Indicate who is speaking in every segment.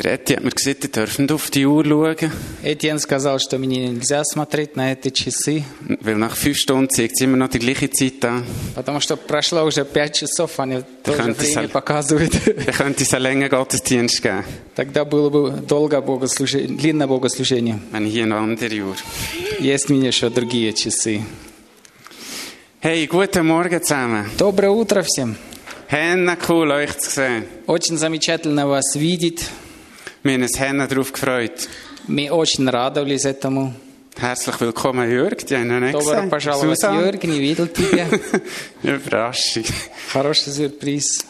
Speaker 1: Der Etti hat mir gesagt, ich dürfe nicht auf die Uhr schauen,
Speaker 2: Этьен сказал, что мне нельзя смотреть на эти часы,
Speaker 1: weil nach fünf Stunden zeigt es immer noch die gleiche Zeit an.
Speaker 2: потому что прошло уже пять часов, они тоже
Speaker 1: Ханты
Speaker 2: время
Speaker 1: сали.
Speaker 2: показывают.
Speaker 1: Dann könnte es einen längeren Gottesdienst geben,
Speaker 2: Тогда было бы долго богослужение, длинное богослужение.
Speaker 1: wenn ich hier eine andere Uhr.
Speaker 2: Есть у меня еще другие часы.
Speaker 1: Hey, guten Morgen zusammen.
Speaker 2: Доброе утро всем.
Speaker 1: Henna, cool euch zu sehen.
Speaker 2: Очень замечательно вас видеть.
Speaker 1: Wir haben uns Henna darauf gefreut.
Speaker 2: Мы очень радовались этому.
Speaker 1: Herzlich willkommen, Jörg. Die haben noch nicht
Speaker 2: Добро
Speaker 1: gesehen.
Speaker 2: пожаловать,
Speaker 1: Susanne.
Speaker 2: Юрг, не видел тебя.
Speaker 1: Überraschung.
Speaker 2: Хороший сюрприз.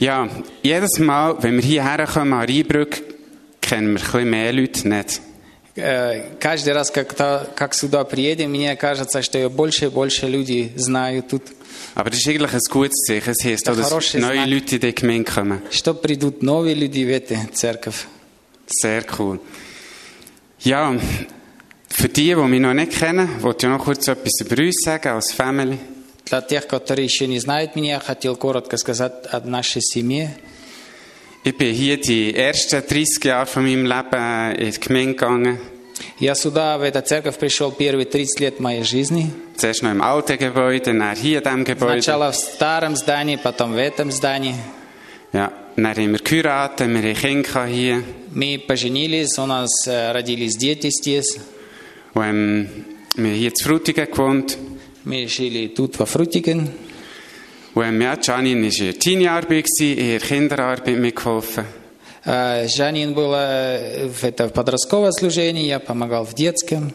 Speaker 1: Ja, jedes Mal, wenn wir hierher kommen, an Rheinbrück, kennen wir ein bisschen mehr Leute nicht.
Speaker 2: Э, Каждый раз, когда, как сюда приедем, мне кажется, что больше и больше людей знают тут,
Speaker 1: Aber das ist eigentlich ein gutes Zeichen. Es heisst auch, dass
Speaker 2: Хороший
Speaker 1: neue
Speaker 2: знак.
Speaker 1: Leute in die Gemeinde kommen.
Speaker 2: что придут новые люди в эту церковь.
Speaker 1: Sehr cool. Ja, für die, die mich noch nicht kennen, wollte ich noch kurz etwas über uns sagen, als Family.
Speaker 2: Для тех, которые еще не знают меня, я хотел коротко сказать о нашей семье.
Speaker 1: Ich bin hier die ersten 30 Jahre von meinem Leben in die Gemeinde gegangen.
Speaker 2: Я сюда, в эту церковь, пришел первые 30 лет моей жизни.
Speaker 1: Zuerst noch im alten Gebäude, dann hier in diesem Gebäude.
Speaker 2: Сначала в старом здании, потом в этом здании.
Speaker 1: Ja, dann haben wir geheiratet, wir haben Kinder hier.
Speaker 2: Мы поженились, у нас э, родились дети здесь.
Speaker 1: Und, ähm, wir haben hier in Frutigen gewohnt.
Speaker 2: Мы жили тут, во Фрутиген.
Speaker 1: Und, ähm, ja, Janine war in der Teeniearbeit, in der Kinderarbeit mitgeholfen.
Speaker 2: А, Жанин была э, в это в подростковое служение, я помогал в детском.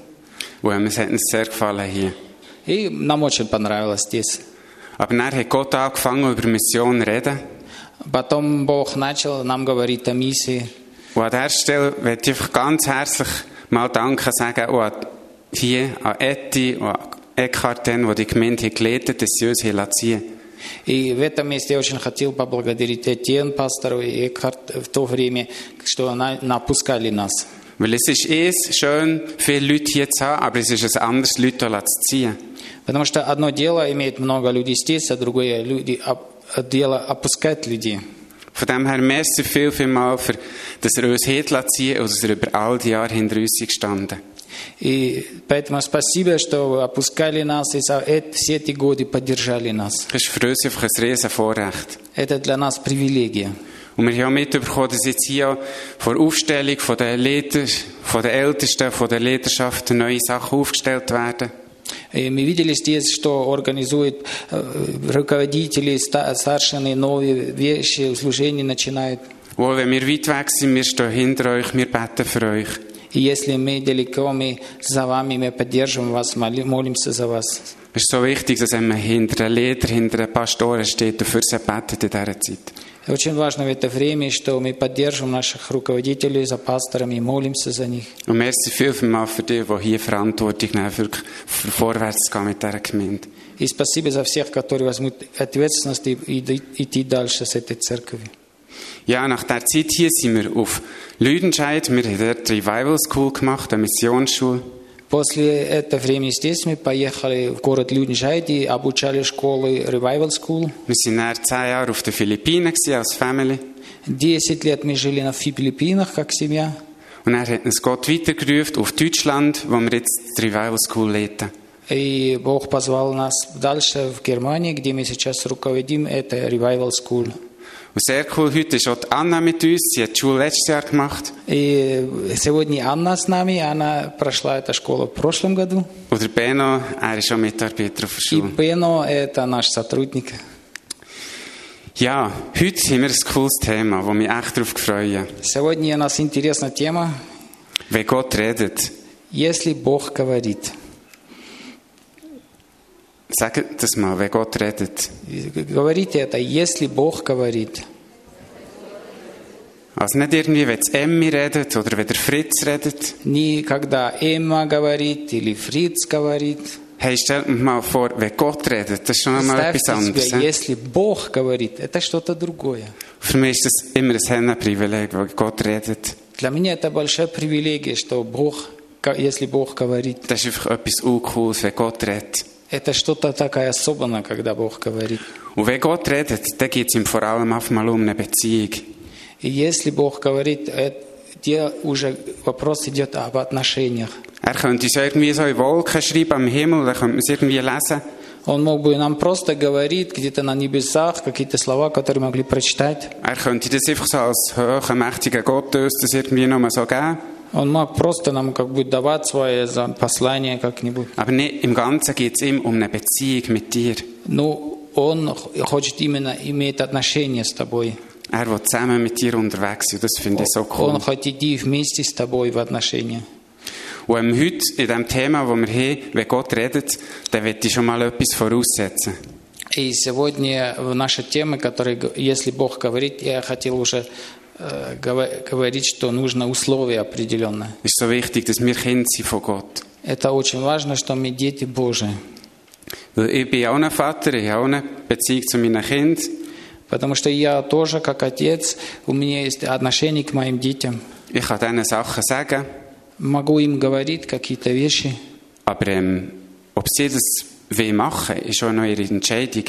Speaker 1: Und ähm, es hat uns sehr gefallen hier.
Speaker 2: И нам очень понравилось здесь.
Speaker 1: Aber dann hat Gott angefangen, über Mission zu reden.
Speaker 2: Потом Бог начал нам говорить о миссии.
Speaker 1: Und an dieser Stelle möchte ich einfach ganz herzlich mal Danke sagen und an- hier an Etti und an Eckhard, den, die die Gemeinde haben geleitet haben, dass sie uns hier ziehen lassen.
Speaker 2: И в этом месте я очень хотел поблагодарить Этьен, пастору и Экхарт э, в то время, что она напускали нас.
Speaker 1: Weil es ist es schön, viele Leute hier zu haben, aber es ist ein anderes, Leute hier zu ziehen.
Speaker 2: Потому что одно дело имеет много людей здесь, а другое люди, оп- дело опускать людей.
Speaker 1: Von dem her, merci viel, viel mal, für, dass ihr uns hier lässt ziehen und dass ihr über all die Jahre hinter uns seid gestanden
Speaker 2: И поэтому спасибо, что вы опускали нас и за эт- все эти годы поддержали нас.
Speaker 1: Das ist für uns einfach ein riesen Vorrecht.
Speaker 2: Это для нас привилегия.
Speaker 1: Und wir haben auch mitbekommen, dass jetzt hier vor der Aufstellung von den Leiter, von den Ältesten, von der Leiterschaft neue Sachen aufgestellt werden.
Speaker 2: И мы видели здесь, что организуют э, руководители, ста- старшины, новые вещи, служения начинают.
Speaker 1: Wohl, wenn wir weit weg sind, wir stehen hinter euch, wir beten für euch.
Speaker 2: И если мы далеко, мы за вами, мы поддерживаем вас, моли- молимся за вас.
Speaker 1: Es ist so wichtig, dass man hinter den Leiter, hinter den Pastoren steht und für sie betet in dieser Zeit.
Speaker 2: Очень важно в это время, что мы поддерживаем наших руководителей за пасторами, молимся за них.
Speaker 1: Und merci viel vielmals für die, die hier Verantwortung nehmen, für, für vorwärts zu gehen mit dieser Gemeinde.
Speaker 2: И спасибо за всех, которые возьмут ответственность и и д- идти дальше с этой церковью.
Speaker 1: Ja, nach dieser Zeit hier sind wir auf Lüdenscheid. Wir haben dort Revival School gemacht, eine Missionsschule.
Speaker 2: После этого времени здесь мы поехали в город Люнжайд и обучали школы Revival School.
Speaker 1: Wir waren nach zehn Jahren auf den Philippinen gewesen, als Family.
Speaker 2: Десять лет мы жили на Филиппинах как семья.
Speaker 1: Und er hat uns Gott weitergerufen auf Deutschland, wo wir jetzt die Revival School leiten.
Speaker 2: И Бог позвал нас дальше в Германии, где мы сейчас руководим, это Revival School.
Speaker 1: Und sehr cool, heute ist auch die Anna mit uns. Sie hat die Schule letztes Jahr gemacht.
Speaker 2: И сегодня Анна с нами, она прошла эту школу в прошлом году.
Speaker 1: Und der Benno, er ist auch Mitarbeiter auf der
Speaker 2: И
Speaker 1: Schule.
Speaker 2: Бено – это наш сотрудник.
Speaker 1: Ja, heute haben wir ein cooles Thema, wo mich echt darauf freue.
Speaker 2: Сегодня у нас интересная тема
Speaker 1: Wenn Gott redet,
Speaker 2: «Если Бог говорит».
Speaker 1: Sagt das mal, wenn Gott redet.
Speaker 2: Говорите это «Если Бог говорит».
Speaker 1: Also nicht irgendwie, wenn das Emmy redet oder wenn der Fritz redet.
Speaker 2: Не когда Эмма говорит или Фриц говорит.
Speaker 1: Hey, stellt mir mal vor, wenn Gott redet, das ist schon mal
Speaker 2: Представьте
Speaker 1: etwas anderes.
Speaker 2: себе,
Speaker 1: hä?
Speaker 2: если Бог говорит, это что-то другое.
Speaker 1: Für mich ist das immer ein Hennenprivileg, wenn Gott redet.
Speaker 2: Для меня это большая привилегия, что Бог, ко- если Bог говорит,
Speaker 1: Das ist einfach etwas Uncooles, wenn Gott redet.
Speaker 2: это что-то такое особенное, когда Бог говорит.
Speaker 1: Und wenn Gott redet, dann geht es ihm vor allem auf mal um eine Beziehung.
Speaker 2: И если Бог говорит, э, где уже вопрос идет об отношениях.
Speaker 1: Er könnte uns ja irgendwie so in Wolken schreiben am Himmel, dann könnte man es irgendwie lesen.
Speaker 2: Он мог бы нам просто говорить где-то на небесах какие-то слова, которые могли прочитать.
Speaker 1: Er könnte das einfach so als höherer, mächtiger Gott uns das irgendwie nur so geben.
Speaker 2: Он мог просто нам как бы давать свое за- послание как-нибудь.
Speaker 1: Aber nicht, im Ganzen geht es ihm um eine Beziehung mit dir.
Speaker 2: Но Ну, он х- хочет именно иметь отношения с тобой.
Speaker 1: Er will zusammen mit dir unterwegs sein, das finde ich so
Speaker 2: Он
Speaker 1: cool.
Speaker 2: хочет идти вместе с тобой в отношения.
Speaker 1: Und ähm, heute, in dem Thema, wo wir haben, wenn Gott redet, dann will ich schon mal etwas voraussetzen.
Speaker 2: И сегодня в нашей теме, которая, г- если Бог говорит, я хотел уже э, гова- говорить, что нужно условия определенные.
Speaker 1: Es ist so wichtig, dass wir Kinder sind von Gott.
Speaker 2: Это очень важно, что мы дети Божии.
Speaker 1: Weil ich bin auch ein Vater, ich habe auch eine Beziehung zu meinen Kindern.
Speaker 2: Потому что я тоже, как отец, у меня есть отношение к моим детям.
Speaker 1: Ich kann denen Sachen sagen,
Speaker 2: Могу им говорить какие-то вещи,
Speaker 1: aber ähm, ob sie das will machen, ist auch noch ihre Entscheidung.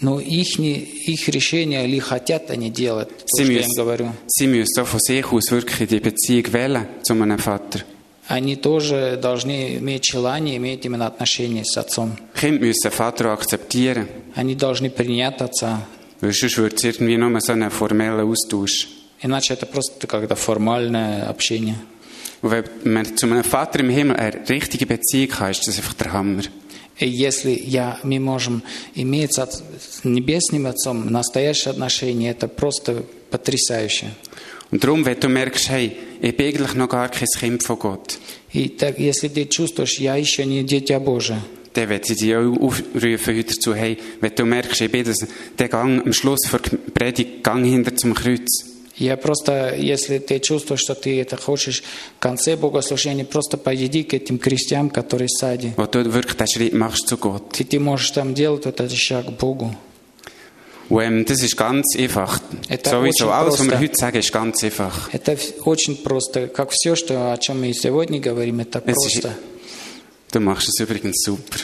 Speaker 2: но их, их решение или хотят они делать, то,
Speaker 1: Sie
Speaker 2: что я им
Speaker 1: müssen,
Speaker 2: говорю.
Speaker 1: sie müssen auch von sich aus wirklich die Beziehung wählen zu einem Vater.
Speaker 2: Они тоже должны иметь желание, иметь именно отношения с отцом.
Speaker 1: Kinder müssen den Vater auch akzeptieren,
Speaker 2: Они должны принять отца.
Speaker 1: weil sonst würde es irgendwie nur so einen formellen Austausch.
Speaker 2: Иначе это просто как-то формальное общение.
Speaker 1: Und wenn man zu einem Vater im Himmel eine richtige Beziehung hat, ist das einfach der Hammer.
Speaker 2: И если я, мы можем иметь с Отц- с Небесным Отцом настоящее отношение, это просто потрясающе.
Speaker 1: Und darum, wenn du merkst, hey, ich bin eigentlich noch gar kein Kind von Gott,
Speaker 2: И так, если ты чувствуешь, я еще не дитя Божие,
Speaker 1: dann will ich dich auch aufrufen heute dazu, hey, wenn du merkst, ich bin das, dann gang am Schluss vor der Predigt, gang hinter zum Kreuz.
Speaker 2: я просто, если ты чувствуешь, что ты это хочешь, в конце богослужения просто пойди к этим крестьям, которые в саде.
Speaker 1: Wo du wirklich den Schritt machst zu Gott.
Speaker 2: И ты можешь там делать вот этот шаг к Богу.
Speaker 1: Und ähm, das ist ganz einfach.
Speaker 2: Etwa
Speaker 1: Sowieso,
Speaker 2: очень
Speaker 1: alles, was wir
Speaker 2: просто.
Speaker 1: heute sagen, ist ganz einfach.
Speaker 2: Это в- очень просто, как все, что, о чем мы сегодня говорим, это
Speaker 1: ist-
Speaker 2: просто.
Speaker 1: Du machst es übrigens super.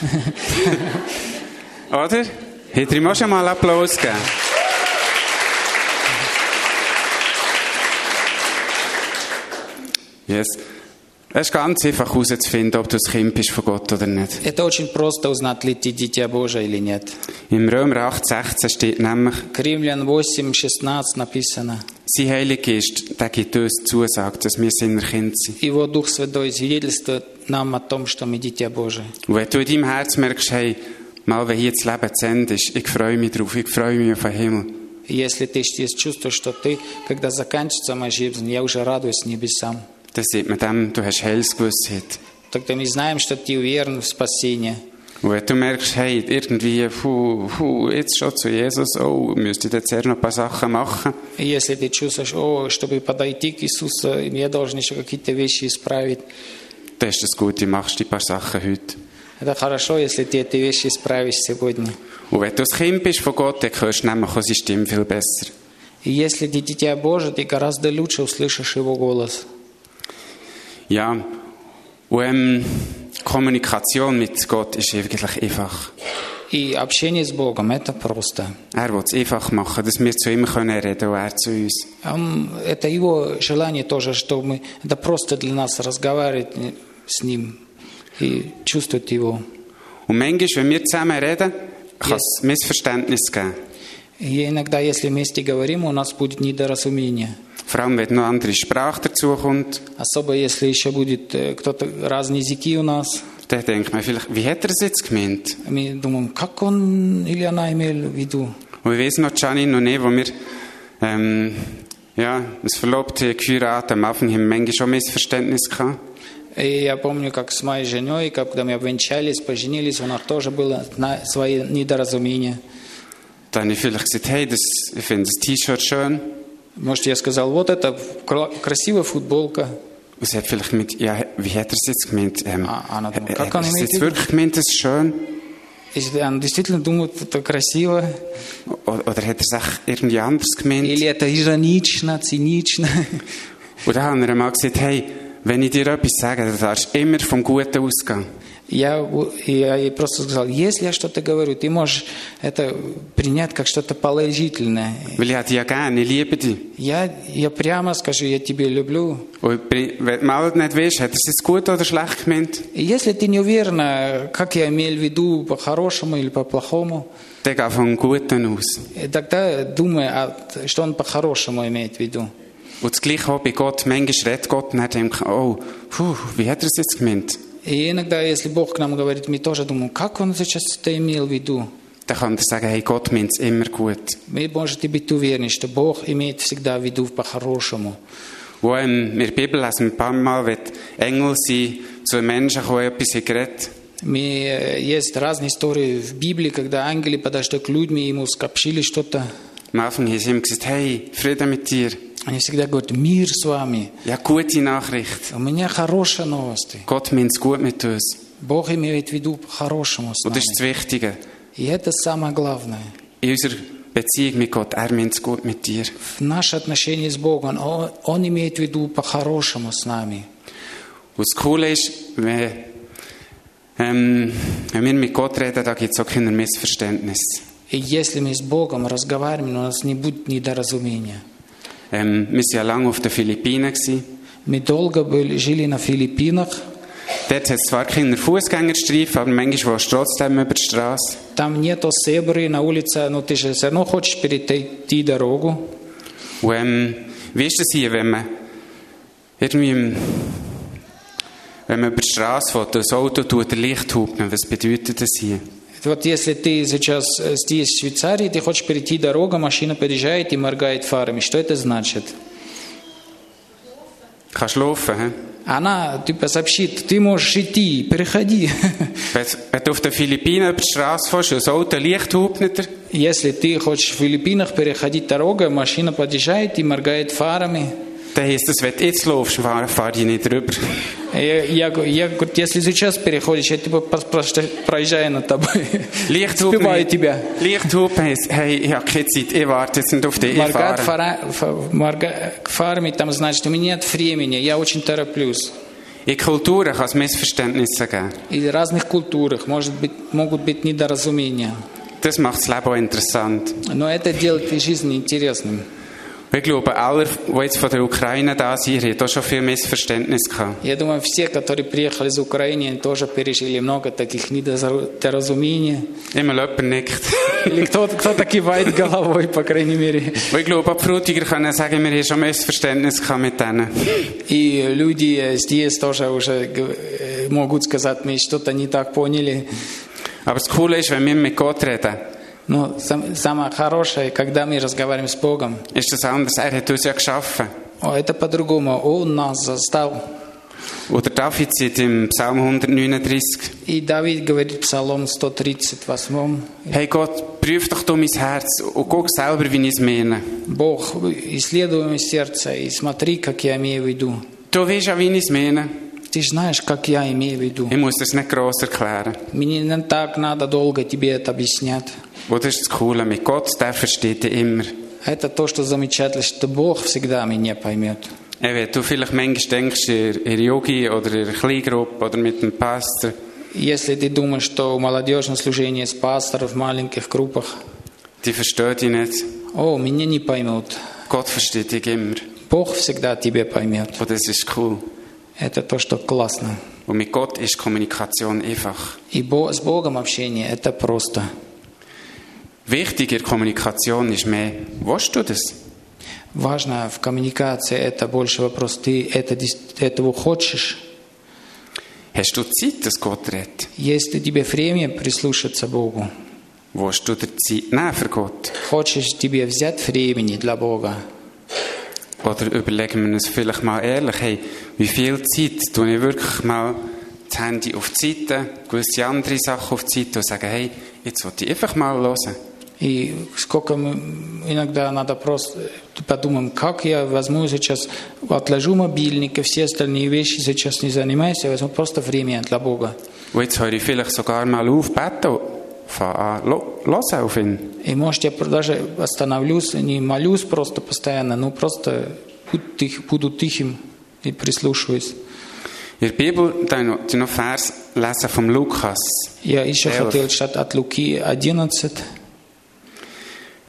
Speaker 1: Oder? Hätte ich mir auch schon mal Applaus gegeben. Yes. Es ist ganz einfach herauszufinden, ob du ein Kind bist von Gott oder nicht.
Speaker 2: Это очень просто узнать, ли ты дитя Божие или нет.
Speaker 1: Im Römer 8, 16 steht nämlich,
Speaker 2: К Римлян 8, 16 написано.
Speaker 1: sein Heilige ist, der gibt uns die Zusage, dass wir seine Kinder sind.
Speaker 2: Его Дух Святой свидетельствует нам о том, что мы дитя Божие.
Speaker 1: Und wenn du in deinem Herz merkst, hey, mal wenn hier das Leben zu Ende ist, ich freue mich drauf, ich freue mich auf den Himmel.
Speaker 2: Если ты здесь чувствуешь, что ты, когда заканчивается моя жизнь, я уже радуюсь небесам,
Speaker 1: Dann sieht man dem, du hast Heilsgewissheit.
Speaker 2: тогда мы знаем, что ты уверен в спасении.
Speaker 1: Und wenn du merkst, hey, irgendwie, puh, puh, jetzt schon zu Jesus, oh, müsste ich jetzt erst noch ein paar Sachen machen.
Speaker 2: И Если ты чувствуешь, о, чтобы подойти к Иисусу, я должен еще какие-то вещи исправить.
Speaker 1: Dann ist das Gute, machst die paar Sachen heute.
Speaker 2: Это хорошо, если ты эти вещи исправишь сегодня.
Speaker 1: Und wenn du ein Kind bist von Gott, dann hörst du nämlich auch seine Stimme viel besser.
Speaker 2: И если ты дитя Божие, ты гораздо лучше услышишь Его голос.
Speaker 1: Ja, und ähm, Kommunikation mit Gott ist eigentlich einfach.
Speaker 2: И общение с Богом – это просто.
Speaker 1: Er will es einfach machen, dass wir zu ihm können reden und er zu uns.
Speaker 2: Ам, Это Его желание тоже, что мы… Это просто для нас разговаривать э, с Ним и чувствовать Его.
Speaker 1: Und manchmal, wenn wir zusammen reden, kann es Missverständnis geben.
Speaker 2: И иногда, если вместе говорим, у нас будет недоразумение.
Speaker 1: Vor allem, wenn noch eine andere Sprache dazukommt,
Speaker 2: Особо, если еще будет э, кто-то разные языки у нас.
Speaker 1: dann denkt man vielleicht, wie hat er es jetzt gemeint?
Speaker 2: Мы думаем, как он или она имели в виду.
Speaker 1: Und ich weiss noch, Janine und ich, wo wir ähm, ja, ein Verlobte geheiratet haben, am Anfang haben wir manchmal schon Missverständnis gehabt.
Speaker 2: И я помню, как с моей женой, как- когда мы обвенчались, поженились, у нас тоже было на- свои недоразумения.
Speaker 1: Dann habe ich vielleicht gesagt, hey, das, ich finde das T-Shirt schön.
Speaker 2: Может, я сказал, вот это кра- красивая футболка.
Speaker 1: Und sie hat vielleicht mit, ja, wie hat er es jetzt gemeint? Ähm,
Speaker 2: Ah, ah, na,
Speaker 1: hat
Speaker 2: gar
Speaker 1: hat er
Speaker 2: keine
Speaker 1: es jetzt
Speaker 2: Idee.
Speaker 1: wirklich gemeint, das ist schön?
Speaker 2: Если она действительно думает, это красиво,
Speaker 1: Oder, oder hat er es echt irgendwie anders gemeint?
Speaker 2: или это иронично, цинично.
Speaker 1: Und dann haben wir mal gesagt, hey, wenn ich dir etwas sage, dann darfst du immer vom Guten ausgehen.
Speaker 2: Я, у- я ей просто сказал, если я что-то говорю, ты можешь это принять как что-то положительное.
Speaker 1: Weil ich habe dich ja gern, ich liebe dich.
Speaker 2: Я, я prямо скажу, я тебя люблю.
Speaker 1: Und bin- wenn du mal nicht weißt, hat er es jetzt gut oder schlecht gemeint,
Speaker 2: И если ты не уверена, как я имел в виду, по-хорошему или по-плохому,
Speaker 1: dann geh vom Guten aus.
Speaker 2: э, тогда думай, а т- что он по-хорошему имеет в виду.
Speaker 1: Und das Gleiche auch bei Gott. Manchmal redet Gott und dann denkt man, oh, puh, wie hat er es jetzt gemeint?
Speaker 2: И иногда, если Бог к нам говорит, мы тоже думаем, как он сейчас это имел в виду.
Speaker 1: Dann kann er sagen, hey, Gott meint es immer gut.
Speaker 2: Вы можете быть уверены, что Бог имеет всегда в виду по-хорошему.
Speaker 1: Wo ähm, in der Bibel lesen wir ein paar Mal, wenn Engel sind, zu einem Menschen kommen, etwas haben geredet.
Speaker 2: Мы, э, есть разные истории в Библии, когда ангелы подошли к людям, и ему скопшили что-то.
Speaker 1: Am Anfang haben sie ihm gesagt, hey, Frieden mit dir.
Speaker 2: Они всегда говорят, мир с вами.
Speaker 1: Ja, gute Nachricht.
Speaker 2: У меня хорошие новости.
Speaker 1: Gott meint es gut mit uns.
Speaker 2: Бог имеет в виду по-хорошему с
Speaker 1: Und
Speaker 2: нами.
Speaker 1: das ist das Wichtige.
Speaker 2: И это самое главное.
Speaker 1: In unserer Beziehung mit Gott, er meint es gut mit dir.
Speaker 2: В наши отношения с Богом, Он, Он имеет в виду по-хорошему с нами.
Speaker 1: Und das Coole ist, wenn, ähm, wenn wir mit Gott reden, da gibt es auch keine Missverständnisse.
Speaker 2: И если мы с Богом разговариваем, у нас не будет недоразумения.
Speaker 1: Ähm, wir waren ja lange auf den Philippinen. Gewesen.
Speaker 2: Мы долго были, жили на Филиппинах.
Speaker 1: Dort hat es zwar keine Fußgängerstreifen, aber manchmal willst du trotzdem über die Straße.
Speaker 2: Там нету зебры на улице, но ты же все равно хочешь перейти дорогу.
Speaker 1: Und ähm, wie ist es hier, wenn man irgendwie im, wenn man über die Straße fährt, das Auto tut der Licht hupen, was bedeutet das hier?
Speaker 2: Вот если ты сейчас э, здесь, в Швейцарии, ты хочешь перейти дорогу, машина подъезжает и моргает фарами. Что это значит?
Speaker 1: Kannst du laufen, hä?
Speaker 2: Она типа сообщит, ты можешь идти, переходи.
Speaker 1: Wenn, wenn du auf den Philippinen über die Straße fährst und das Auto Licht hupt, nicht,
Speaker 2: Если ты хочешь в Филиппинах переходить дорогу, машина подъезжает и моргает фарами.
Speaker 1: dann heisst das, wenn du jetzt laufst, fahr, fahr ich nicht drüber.
Speaker 2: Я, я го- я говорю, если сейчас переходишь, я типа про- просто проезжаю над тобой.
Speaker 1: Licht hupen,
Speaker 2: Сбиваю тебя.
Speaker 1: Licht hupen heisst, hey, ich habe keine Zeit, ich warte jetzt nicht auf dich, ich
Speaker 2: Моргать
Speaker 1: fahre.
Speaker 2: фара- фа- морга- фарами, там значит, у меня нет времени, я очень тороплюсь.
Speaker 1: In Kulturen kann es Missverständnisse geben.
Speaker 2: И в разных культурах может быть, могут быть недоразумения.
Speaker 1: Das macht das Leben auch interessant.
Speaker 2: Но это делает и жизнь интересным.
Speaker 1: Ich glaube, alle, die jetzt von der Ukraine da sind, haben auch schon viel Missverständnis gehabt.
Speaker 2: Я думаю, все, которые приехали из Украины, тоже пережили много таких недоразумений.
Speaker 1: Immer jemand nickt.
Speaker 2: Или кто-то кто кивает головой, по крайней мере.
Speaker 1: Und ich glaube, auch die Frutiger können sagen, wir haben schon Missverständnis gehabt mit denen.
Speaker 2: И люди здесь тоже уже г- э, могут сказать, мы что-то не так поняли.
Speaker 1: Aber das Coole ist, wenn wir mit Gott reden,
Speaker 2: Но сам- самое хорошее, когда мы разговариваем с Богом,
Speaker 1: ist das anders. Er hat uns ja geschaffen.
Speaker 2: о, это по-другому. Он нас застал.
Speaker 1: Oder David sagt im Psalm 139,
Speaker 2: И Давид говорит Псалом 138.
Speaker 1: Hey Gott, prüf doch du mein Herz und guck selber, wie ich es meine.
Speaker 2: Бог, исследуй мое сердце и смотри, как я имею в виду.
Speaker 1: Du weißt ja, wie ich es meine.
Speaker 2: Ты ж знаешь, как я имею в виду.
Speaker 1: Ich muss das nicht gross erklären.
Speaker 2: Мне не так надо долго тебе это объяснять.
Speaker 1: Und das ist das Coole mit Gott, der versteht dich immer.
Speaker 2: Это то, что замечательно, что Бог всегда меня поймет.
Speaker 1: Ja, Wenn du vielleicht manchmal denkst, in in Yogi oder in einer Kleingruppe oder mit dem Pastor,
Speaker 2: Если ты думаешь, что молодежное служение с пасторов в маленьких группах,
Speaker 1: die verstehen dich nicht.
Speaker 2: о, меня не поймут.
Speaker 1: Gott versteht dich immer.
Speaker 2: Bог всегда тебя поймет.
Speaker 1: Und das ist cool.
Speaker 2: Это то, что классно.
Speaker 1: Und mit Gott ist Kommunikation einfach.
Speaker 2: И Бо- с Богом общение – это просто.
Speaker 1: Wichtig in der Kommunikation ist mehr, willst du das?
Speaker 2: Важно в коммуникации – это больше вопрос, ты это, дес- этого хочешь?
Speaker 1: Hast du Zeit, dass Gott redet?
Speaker 2: Есть ли тебе время прислушаться Богу?
Speaker 1: Willst du dir Zeit nehmen für Gott?
Speaker 2: Хочешь тебе взять времени для Бога?
Speaker 1: Oder überlegen wir uns vielleicht mal ehrlich, hey, wie viel Zeit tue ich wirklich mal das Handy auf die Seite, gewisse andere Sachen auf die Seite und sage, hey, jetzt will ich einfach mal hören.
Speaker 2: И сколько мы иногда надо просто подумаем, как я возьму сейчас, отложу мобильник и все остальные вещи сейчас не занимаюсь, я возьму просто время для Бога.
Speaker 1: Und jetzt höre ich vielleicht sogar mal auf, beten und fange an, lo- hören auf ihn.
Speaker 2: И может я даже остановлюсь, не молюсь просто постоянно, но просто буду, тих- буду тихим и прислушиваюсь.
Speaker 1: In der Bibel da ich noch, die noch Vers lesen vom Lukas.
Speaker 2: Я еще
Speaker 1: Elf.
Speaker 2: хотел читать от Луки 11.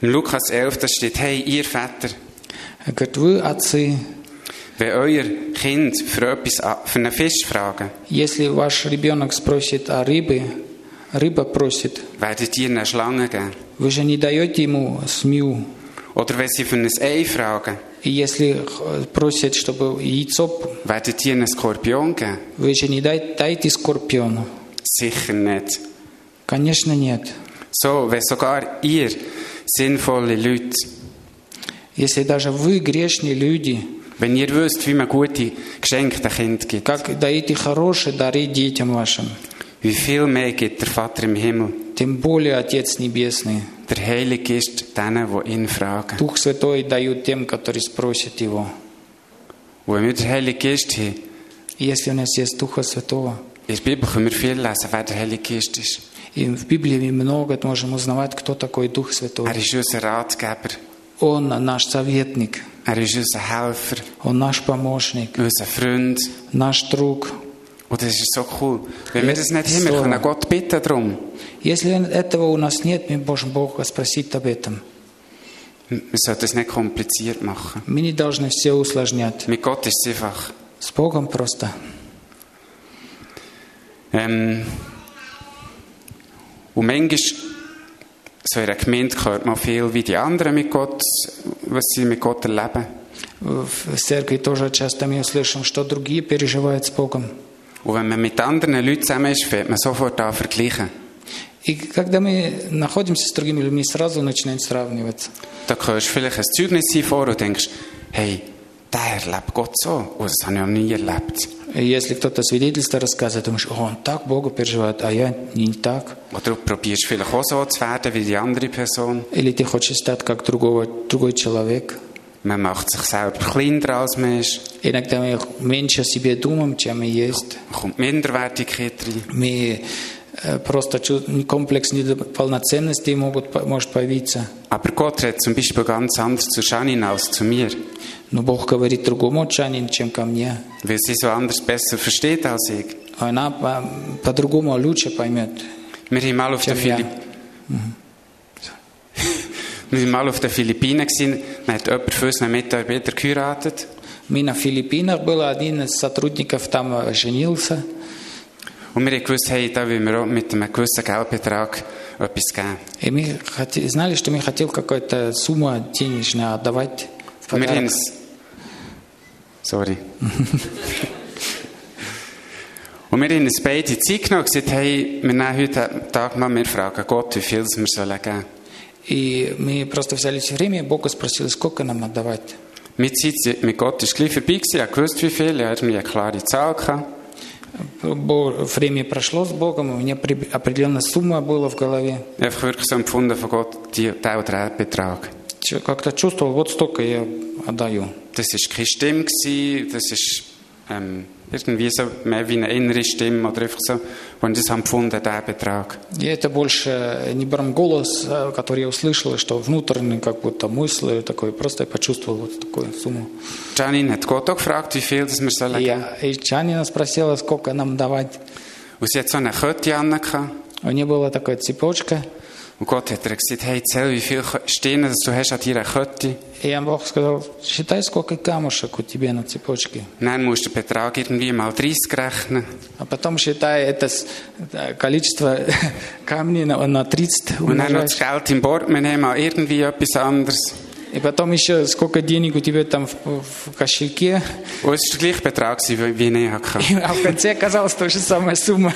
Speaker 1: In Lukas 11 da steht, hey, ihr Väter,
Speaker 2: Er Говорит, вы, отцы,
Speaker 1: wenn euer Kind für, etwas, a- für einen Fisch fragen,
Speaker 2: если ваш ребенок спросит о рыбе, рыба просит,
Speaker 1: werdet ihr eine Schlange geben.
Speaker 2: вы же не даете ему змею.
Speaker 1: Oder wenn sie für ein Ei fragen,
Speaker 2: И если э, просит, чтобы яйцо,
Speaker 1: werdet ihr einen Skorpion geben.
Speaker 2: вы же не дай- дайте скорпиону.
Speaker 1: Sicher nicht.
Speaker 2: Конечно, нет.
Speaker 1: So, wenn sogar ihr sinnvolle Leute,
Speaker 2: Если даже вы грешные люди,
Speaker 1: wenn ihr wisst, wie man gute Geschenke dem Kind gibt,
Speaker 2: как даете хорошие дары детям вашим,
Speaker 1: wie viel mehr gibt der Vater im Himmel,
Speaker 2: тем более Отец Небесный,
Speaker 1: der Heilige ist denen, die ihn fragen.
Speaker 2: Дух Святой дают тем, которые спросят Его.
Speaker 1: Und wenn wir den Heiligen Geist haben,
Speaker 2: И Если у нас есть Духа Святого,
Speaker 1: in der Bibel können wir viel lesen, wer der Heilige Geist ist.
Speaker 2: и в Библии мы много можем узнавать, кто такой Дух
Speaker 1: Er
Speaker 2: Святой.
Speaker 1: ist unser Ratgeber,
Speaker 2: Он наш советник,
Speaker 1: er ist unser Helfer,
Speaker 2: Он наш помощник,
Speaker 1: unser Freund.
Speaker 2: наш друг.
Speaker 1: Und das ist so cool. Wenn wir
Speaker 2: Ja,
Speaker 1: das nicht haben, wir
Speaker 2: so.
Speaker 1: können Gott bitten darum.
Speaker 2: Если этого у нас нет, мы можем Бога спросить об этом.
Speaker 1: Wir sollten es nicht kompliziert machen.
Speaker 2: Мы не должны все усложнять.
Speaker 1: Mit Gott ist es einfach.
Speaker 2: С Богом просто.
Speaker 1: Ähm, und manchmal, so in einer Gemeinde hört man viel, wie die anderen mit Gott, was sie mit Gott erleben.
Speaker 2: В церкви тоже часто мы слышим, что другие переживают с Богом.
Speaker 1: Und wenn man mit anderen Leuten zusammen ist, fängt man sofort an zu vergleichen.
Speaker 2: И когда мы находимся с другими людьми, сразу начинаем сравнивать.
Speaker 1: Da hörst du vielleicht ein Zeugnis vor und denkst, hey, der erlebt Gott so. Und das habe ich noch nie erlebt.
Speaker 2: И Если кто-то свидетельство рассказывает, думаешь, о, он так Бога переживает, а я не так.
Speaker 1: Oder du probierst vielleicht auch so zu werden wie die andere Person.
Speaker 2: Или ты хочешь стать как другого, другой человек.
Speaker 1: Man macht sich selber kleiner als man ist.
Speaker 2: Иногда мы меньше о себе думаем, чем мы есть.
Speaker 1: Man kommt Minderwertigkeit rein.
Speaker 2: Мы э, просто чу- комплекс неполноценности могут, по- может появиться.
Speaker 1: Aber Gott redet zum Beispiel ganz anders zu Janine als zu mir,
Speaker 2: Но Бог говорит другому Чанин, чем ко мне.
Speaker 1: weil sie so anders besser versteht als ich.
Speaker 2: Она по- по-другому лучше поймет.
Speaker 1: Wir waren mal auf den
Speaker 2: Ja.
Speaker 1: Philipp wir waren mal auf den Philippinen, gewesen. dann hat jemand von unseren Mitarbeitern geheiratet
Speaker 2: Мы на Филиппинах был, один из сотрудников там э, женился.
Speaker 1: und wir haben gewusst, hey, da wollen wir auch mit einem gewissen Geldbetrag etwas geben.
Speaker 2: И мы хоте- знали, что мы хотел какую-то сумму денежную отдавать. в
Speaker 1: Und wir
Speaker 2: подарок.
Speaker 1: haben es... Sorry. und wir haben uns beide Zeit genommen und gesagt, hey, wir nehmen heute einen Tag mal, wir fragen Gott, wie viel es wir sollen geben sollen.
Speaker 2: И мы просто взяли все время, и Бога спросили, сколько нам отдавать.
Speaker 1: Meine Zeit mit Gott war gleich vorbei, gewesen. ich wusste wie viel, er hat mir eine klare Zahl gehabt.
Speaker 2: Ну, Бо- Время прошло с Богом, у меня при- определенная сумма была в голове.
Speaker 1: Ich habe einfach wirklich so empfunden von Gott, die- der oder der Betrag.
Speaker 2: Чё- Как-то чувствовал, вот столько я отдаю.
Speaker 1: Das war keine Stimme, gewesen, das ist ähm, irgendwie so mehr wie eine innere Stimme oder einfach so, wenn ich das habe empfunden habe, der Betrag.
Speaker 2: И это больше не брам голос, а, который я услышал, что внутренний как будто мысль такой, просто я почувствовал вот такую сумму.
Speaker 1: Janine hat Gott auch gefragt, wie viel das wir sollen
Speaker 2: И
Speaker 1: geben.
Speaker 2: я и Чанина спросила, сколько нам давать.
Speaker 1: Und sie hat so eine Kette an gehabt.
Speaker 2: У нее была такая цепочка,
Speaker 1: und Gott hat ihr gesagt, hey, zähl, wie viele Steine dass du hast an deiner Kette.
Speaker 2: и я Бог сказал, считай, сколько камушек у тебя на цепочке.
Speaker 1: Und Dann musst du den Betrag irgendwie mal 30 rechnen.
Speaker 2: А потом считай это с- да, количество камней на, на 30
Speaker 1: Und dann noch das
Speaker 2: умножаешь.
Speaker 1: Geld im Portemonnaie, mal irgendwie etwas anderes.
Speaker 2: И потом еще сколько денег у тебя там в, в кошельке.
Speaker 1: Und es war der gleiche Betrag, gewesen, wie ich hatte.
Speaker 2: И, а в конце оказалась та же самая сумма.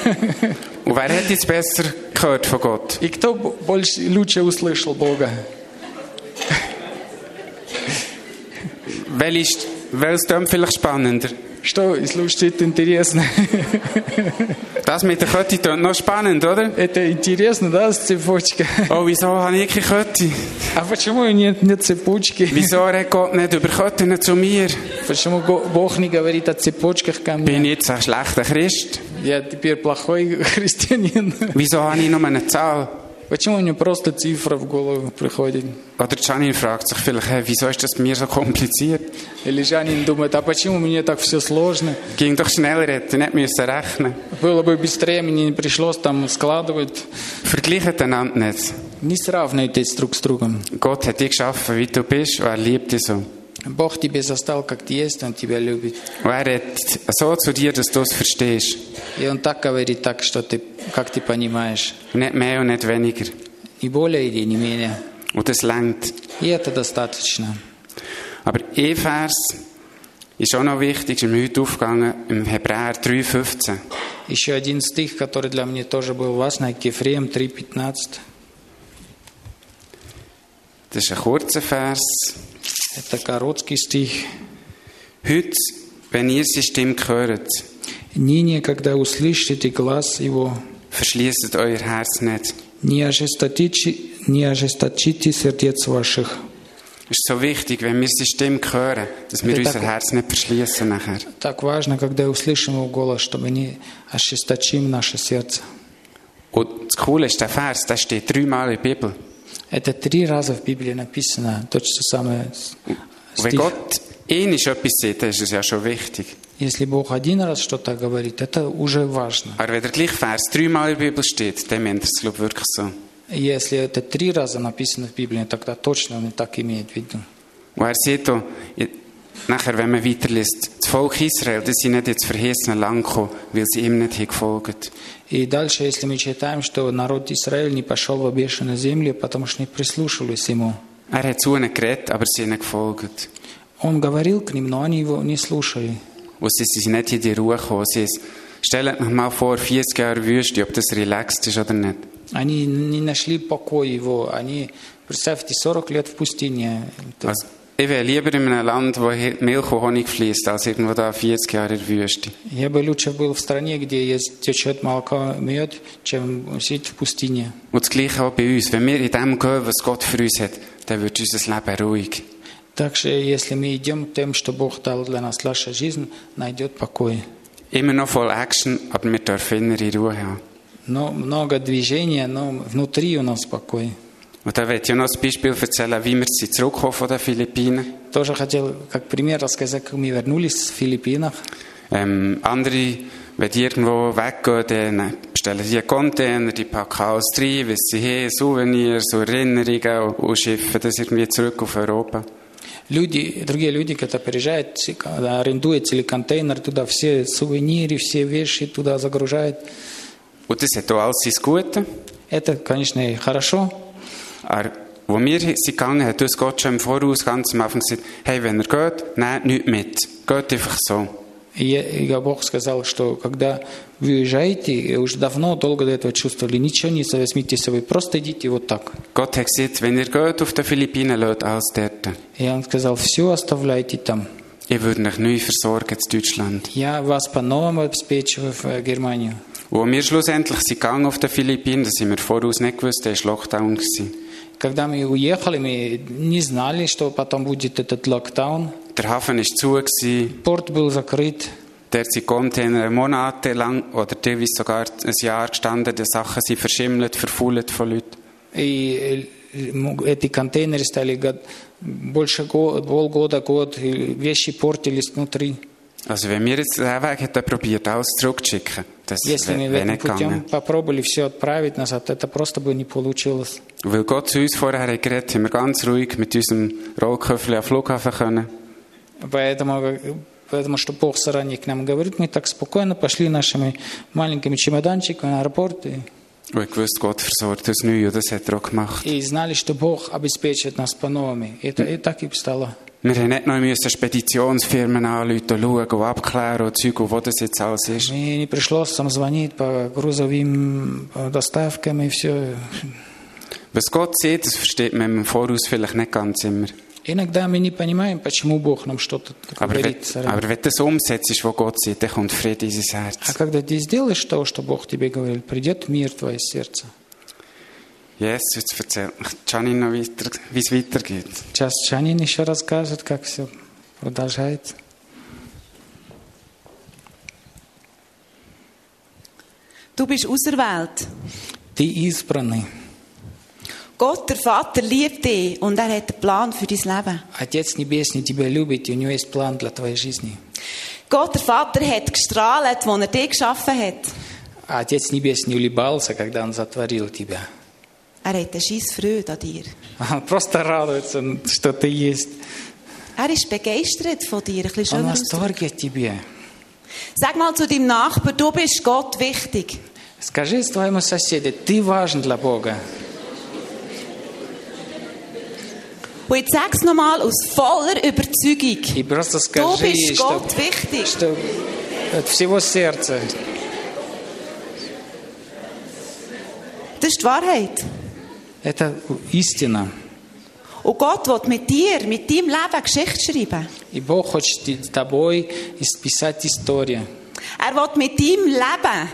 Speaker 1: Und wer hat jetzt besser gehört von Gott?
Speaker 2: И кто бо- больше, лучше услышал Бога?
Speaker 1: Wel ist, welches klingt vielleicht spannender?
Speaker 2: Что слушать интересно?
Speaker 1: Das mit der Kette klingt noch spannend, oder?
Speaker 2: Это интересно, да, цепочка?
Speaker 1: Oh, wieso habe ich keine Kette?
Speaker 2: А почему нет, нет цепочки?
Speaker 1: Wieso redet Gott nicht über Ketten zu mir?
Speaker 2: Почему Го- Бог не говорит о цепочках ко мне?
Speaker 1: Bin ich jetzt ein schlechter Christ?
Speaker 2: Я теперь плохой христианин.
Speaker 1: Wieso habe ich nur eine Zahl?
Speaker 2: Почему мне просто цифра в голову приходит?
Speaker 1: Oder Janine fragt sich vielleicht, hey, wieso ist das bei mir so kompliziert?
Speaker 2: Или Жанин думает, а почему мне так все сложно?
Speaker 1: Ging doch schneller, hätte nicht müssen rechnen.
Speaker 2: Было бы быстрее, мне не пришлось там складывать.
Speaker 1: Vergleicht einander nicht.
Speaker 2: Не сравнивайтесь друг с другом.
Speaker 1: Gott hat dich geschaffen, wie du bist, und er liebt dich so.
Speaker 2: Бог тебе застал, как ты есть, Он тебя любит.
Speaker 1: Und er redet so zu dir, dass du es verstehst.
Speaker 2: И Он так говорит, так, что ты, как ты понимаешь.
Speaker 1: Nicht mehr und nicht weniger.
Speaker 2: Ни более или не менее.
Speaker 1: Und das längt.
Speaker 2: И это достаточно.
Speaker 1: Aber ein Vers ist auch noch wichtig, ist mir heute aufgegangen, im Hebräer 3,15.
Speaker 2: Еще один стих, который для меня тоже был важный, к Ефреям 3.15.
Speaker 1: Das ist ein kurzer Vers.
Speaker 2: Это короткий стих.
Speaker 1: Heute, wenn ihr seine Stimme hört,
Speaker 2: «Ныне, когда услышите глаз его,
Speaker 1: verschließt euer Herz nicht.
Speaker 2: не ожесточите, не ожесточите сердец ваших».
Speaker 1: Es ist so wichtig, wenn wir seine Stimme hören, dass wir
Speaker 2: Ja,
Speaker 1: unser
Speaker 2: danke.
Speaker 1: Herz nicht verschließen nachher.
Speaker 2: Так важно, когда услышим его голос, чтобы не ожесточим наше сердце.
Speaker 1: Und das Coole ist, der Vers, der steht dreimal in der Bibel.
Speaker 2: Это три раза в Библии написано, то же самое с-
Speaker 1: Und wenn
Speaker 2: стих.
Speaker 1: Gott einmal etwas sagt, dann ist es ja schon wichtig.
Speaker 2: Если Бог один раз что-то говорит, это уже важно.
Speaker 1: Aber wenn der gleiche Vers dreimal in der Bibel steht, dann meint er es, glaube ich, wirklich so.
Speaker 2: Если это три раза написано в Библии, тогда точно он и так имеет в виду.
Speaker 1: Und er sieht auch, i- nachher, wenn man weiterliest, das Volk Israel, das sind nicht ins verheißene Land gekommen, weil sie ihm nicht haben gefolgt
Speaker 2: И дальше, если мы читаем, что народ Израиль не пошел в обещанную землю, потому что не прислушивались ему.
Speaker 1: Er hat zu ihnen geredet, aber sie haben nicht gefolgt.
Speaker 2: Он говорил к ним, но они его не слушали.
Speaker 1: Und sie sind nicht in die Ruhe gekommen. Sie ist, stellt euch mal vor, 40 Jahre Wüste, ob das relaxed ist oder nicht.
Speaker 2: Они не нашли покоя его. Они, представьте, 40 лет в пустыне. Это-
Speaker 1: Also, ich wäre lieber in einem Land, wo Hi- Milch und Honig fließt, als irgendwo da 40 Jahre in der Wüste.
Speaker 2: Я бы лучше был в стране, где есть- течет молоко, мед, чем сидеть в пустыне.
Speaker 1: Und das Gleiche auch bei uns. Wenn wir in dem gehen, was Gott für uns hat, dann wird unser Leben ruhig.
Speaker 2: Так что, если мы идем к тем, что Бог дал для нас, наша жизнь найдет покой.
Speaker 1: Immer noch voll Action, aber wir dürfen innere Ruhe haben.
Speaker 2: Но много движения, но внутри у нас покой.
Speaker 1: Und da möchte ich noch ein Beispiel erzählen, wie wir sie zurückkommen von den Philippinen.
Speaker 2: Тоже хотел, как пример, рассказать, как мы вернулись с Филиппинах.
Speaker 1: Ähm, andere, wenn die irgendwo weggehen, dann bestellen sie einen Container, die packen alles rein, was sie haben, Souvenirs, und Erinnerungen und, und schiffen das irgendwie zurück auf Europa.
Speaker 2: Люди, другие люди, когда приезжают, те- когда арендуют или контейнер, туда все сувениры, все вещи туда загружают.
Speaker 1: Und das hat auch alles sein Gutes.
Speaker 2: Это, конечно, и хорошо.
Speaker 1: Aber wo wir sind gegangen, hat uns Gott schon im Voraus ganz am Anfang gesagt, hey, wenn ihr geht, nehmt nichts mit. Geht einfach so.
Speaker 2: И я- и я Бог сказал, что когда вы уезжаете, и уже давно, долго до этого чувствовали, ничего не возьмите с собой, просто идите вот так.
Speaker 1: Gott hat gesagt, wenn ihr geht auf die Philippinen, lasst alles dort.
Speaker 2: И он сказал, все оставляйте там.
Speaker 1: Ich würde euch neu versorgen in Deutschland.
Speaker 2: Я вас по-новому обеспечиваю в э, Германию.
Speaker 1: Und als wir schlussendlich sind gegangen auf die Philippinen, das haben wir voraus nicht gewusst, da war Lockdown. Gewesen.
Speaker 2: Когда мы уехали, мы не знали, что потом будет этот локдаун.
Speaker 1: Der Hafen war zu, gewesen.
Speaker 2: Порт был закрыт.
Speaker 1: dort sind Container monatelang oder teilweise sogar ein Jahr gestanden, die Sachen sind verschimmelt, verfault von Leuten.
Speaker 2: И э, м- эти контейнеры стали год- больше го- полгода, год, и вещи портились внутри.
Speaker 1: Also wenn wir jetzt diesen Weg hätten probiert, alles zurückzuschicken, das
Speaker 2: Если
Speaker 1: wäre
Speaker 2: мы
Speaker 1: wär
Speaker 2: этим
Speaker 1: nicht
Speaker 2: путем
Speaker 1: gegangen.
Speaker 2: попробовали все отправить назад, это просто бы не получилось.
Speaker 1: Und Weil Gott zu uns vorher hat geredet haben wir ganz ruhig mit unserem Rollköffel am Flughafen können.
Speaker 2: Поэтому, э, поэтому что Бог заранее к нам говорит, мы так спокойно пошли нашими маленькими чемоданчиками в аэропорт и,
Speaker 1: Und ich wusste, Gott versorgt uns neu und das hat er auch gemacht.
Speaker 2: и знали, что Бог обеспечит нас по-новому. И, это, и так и стало.
Speaker 1: Wir haben nicht noch müssen Speditionsfirmen anrufen und schauen und abklären und Zeug und wo das jetzt alles ist.
Speaker 2: Мне не пришлось сам звонить по грузовым э, доставкам и все.
Speaker 1: Was Gott sieht, das versteht man im Voraus vielleicht nicht ganz immer.
Speaker 2: Иногда мы не понимаем, почему Бог нам что-то
Speaker 1: Aber wenn,
Speaker 2: говорит. заранее.
Speaker 1: aber wenn du das umsetzt, was Gott sieht, dann kommt Friede in sein
Speaker 2: А
Speaker 1: Herz.
Speaker 2: когда ты сделаешь то, что Бог тебе говорил, придет мир в твое сердце.
Speaker 1: Yes, jetzt erzählt mich Janine noch weiter, wie es weitergeht.
Speaker 2: Сейчас Шанин еще расскажет, как все продолжается.
Speaker 3: Du bist auserwählt.
Speaker 2: Ты избранный.
Speaker 3: Gott, der Vater, liebt dich und er hat einen Plan für dein Leben.
Speaker 2: Отец Небесный тебя любит, и у него есть план для твоей жизни.
Speaker 3: Gott, der Vater, hat gestrahlt, als er dich geschaffen hat.
Speaker 2: А Отец Небесный улыбался, когда он сотворил тебя.
Speaker 3: Er hat eine scheisse Freude an dir.
Speaker 2: Он просто радуется, что ты есть.
Speaker 3: Er ist begeistert von dir. Ein bisschen
Speaker 2: Он в
Speaker 3: schöner ausdrücken.
Speaker 2: восторге от тебя.
Speaker 3: Sag mal zu deinem Nachbarn, du bist Gott wichtig.
Speaker 2: Скажи своему соседу, ты важен для Бога.
Speaker 3: Und jetzt sag's nochmal aus voller Überzeugung.
Speaker 2: И просто
Speaker 3: Du
Speaker 2: скажи, ей,
Speaker 3: bist
Speaker 2: что,
Speaker 3: Gott wichtig.
Speaker 2: что от всего сердца.
Speaker 3: Das ist die Wahrheit.
Speaker 2: Это истина.
Speaker 3: Und Gott will mit dir, mit deinem Leben Geschichte schreiben.
Speaker 2: И Бог хочет и с тобой исписать историю.
Speaker 3: Er will mit deinem Leben,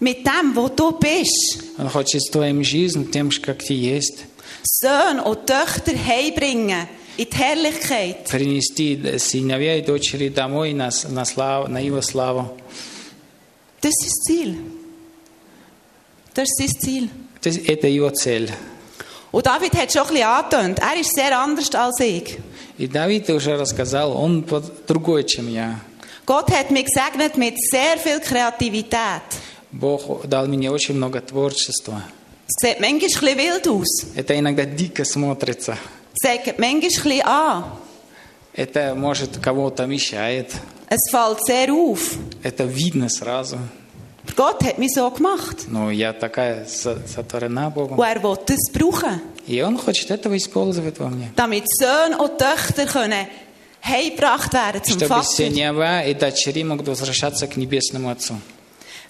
Speaker 3: mit dem, wo du bist,
Speaker 2: Он хочет твою жизнь тем, же, как ты есть,
Speaker 3: Söhne und Töchter heimbringen in die Herrlichkeit.
Speaker 2: принести сыновья и дочери домой на, с- на, славу, на его славу.
Speaker 3: Das ist das Ziel. Das ist sein Ziel.
Speaker 2: То есть это его цель.
Speaker 3: Und David hat schon ein bisschen angetönt. Er ist sehr anders als ich.
Speaker 2: И Давид уже рассказал, он под- другой, чем я.
Speaker 3: Gott hat mich gesegnet mit sehr viel Kreativität.
Speaker 2: Бог дал мне очень много творчества.
Speaker 3: Es sieht manchmal ein bisschen wild aus.
Speaker 2: Это иногда дико смотрится.
Speaker 3: Es zeigt manchmal ein bisschen an.
Speaker 2: Это, может, кого-то мешает.
Speaker 3: Es fällt sehr auf.
Speaker 2: Это видно сразу.
Speaker 3: Aber Gott hat mich so gemacht.
Speaker 2: Но я такая со- сотворена
Speaker 3: Und
Speaker 2: Богом.
Speaker 3: er will das brauchen,
Speaker 2: И Он хочет этого использовать во мне.
Speaker 3: damit Söhne und Töchter können heimgebracht werden zum
Speaker 2: Чтобы
Speaker 3: Vater.
Speaker 2: сыновья и дочери могут возвращаться к Небесному Отцу.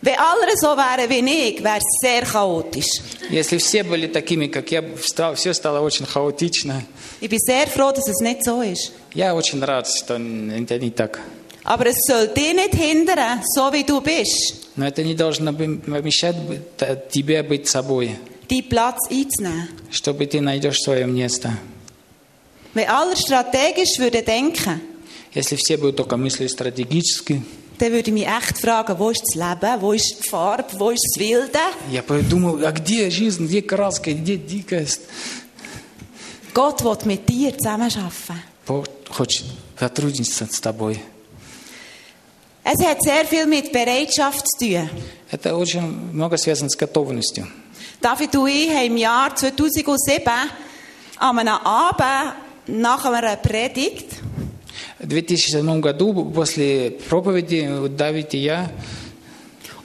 Speaker 3: Wenn alle so wären wie ich, wäre es sehr chaotisch.
Speaker 2: Если все были такими, как я, встал- все стало очень хаотично.
Speaker 3: Ich bin sehr froh, dass es nicht so ist.
Speaker 2: Я очень рад, что это не так.
Speaker 3: Aber es soll dich nicht hindern, so wie du bist,
Speaker 2: Но это не должно бы помешать бы т- тебе быть собой,
Speaker 3: deinen Platz einzunehmen.
Speaker 2: чтобы ты найдешь свое место.
Speaker 3: Wenn alle strategisch würden denken
Speaker 2: Если все будут только мыслить стратегически,
Speaker 3: dann würde ich mich echt fragen, wo ist das Leben, wo ist die Farbe, wo ist das Wilde?
Speaker 2: я подумал, а где жизнь, где краска, где дикость?
Speaker 3: Gott will mit dir zusammenarbeiten.
Speaker 2: Бог хочет сотрудничать с тобой.
Speaker 3: Es hat sehr viel mit Bereitschaft zu tun.
Speaker 2: Это очень много связано с готовностью.
Speaker 3: David und ich haben im Jahr 2007 an einem Abend nach einer Predigt
Speaker 2: В 2007 году после проповеди вот Давид и я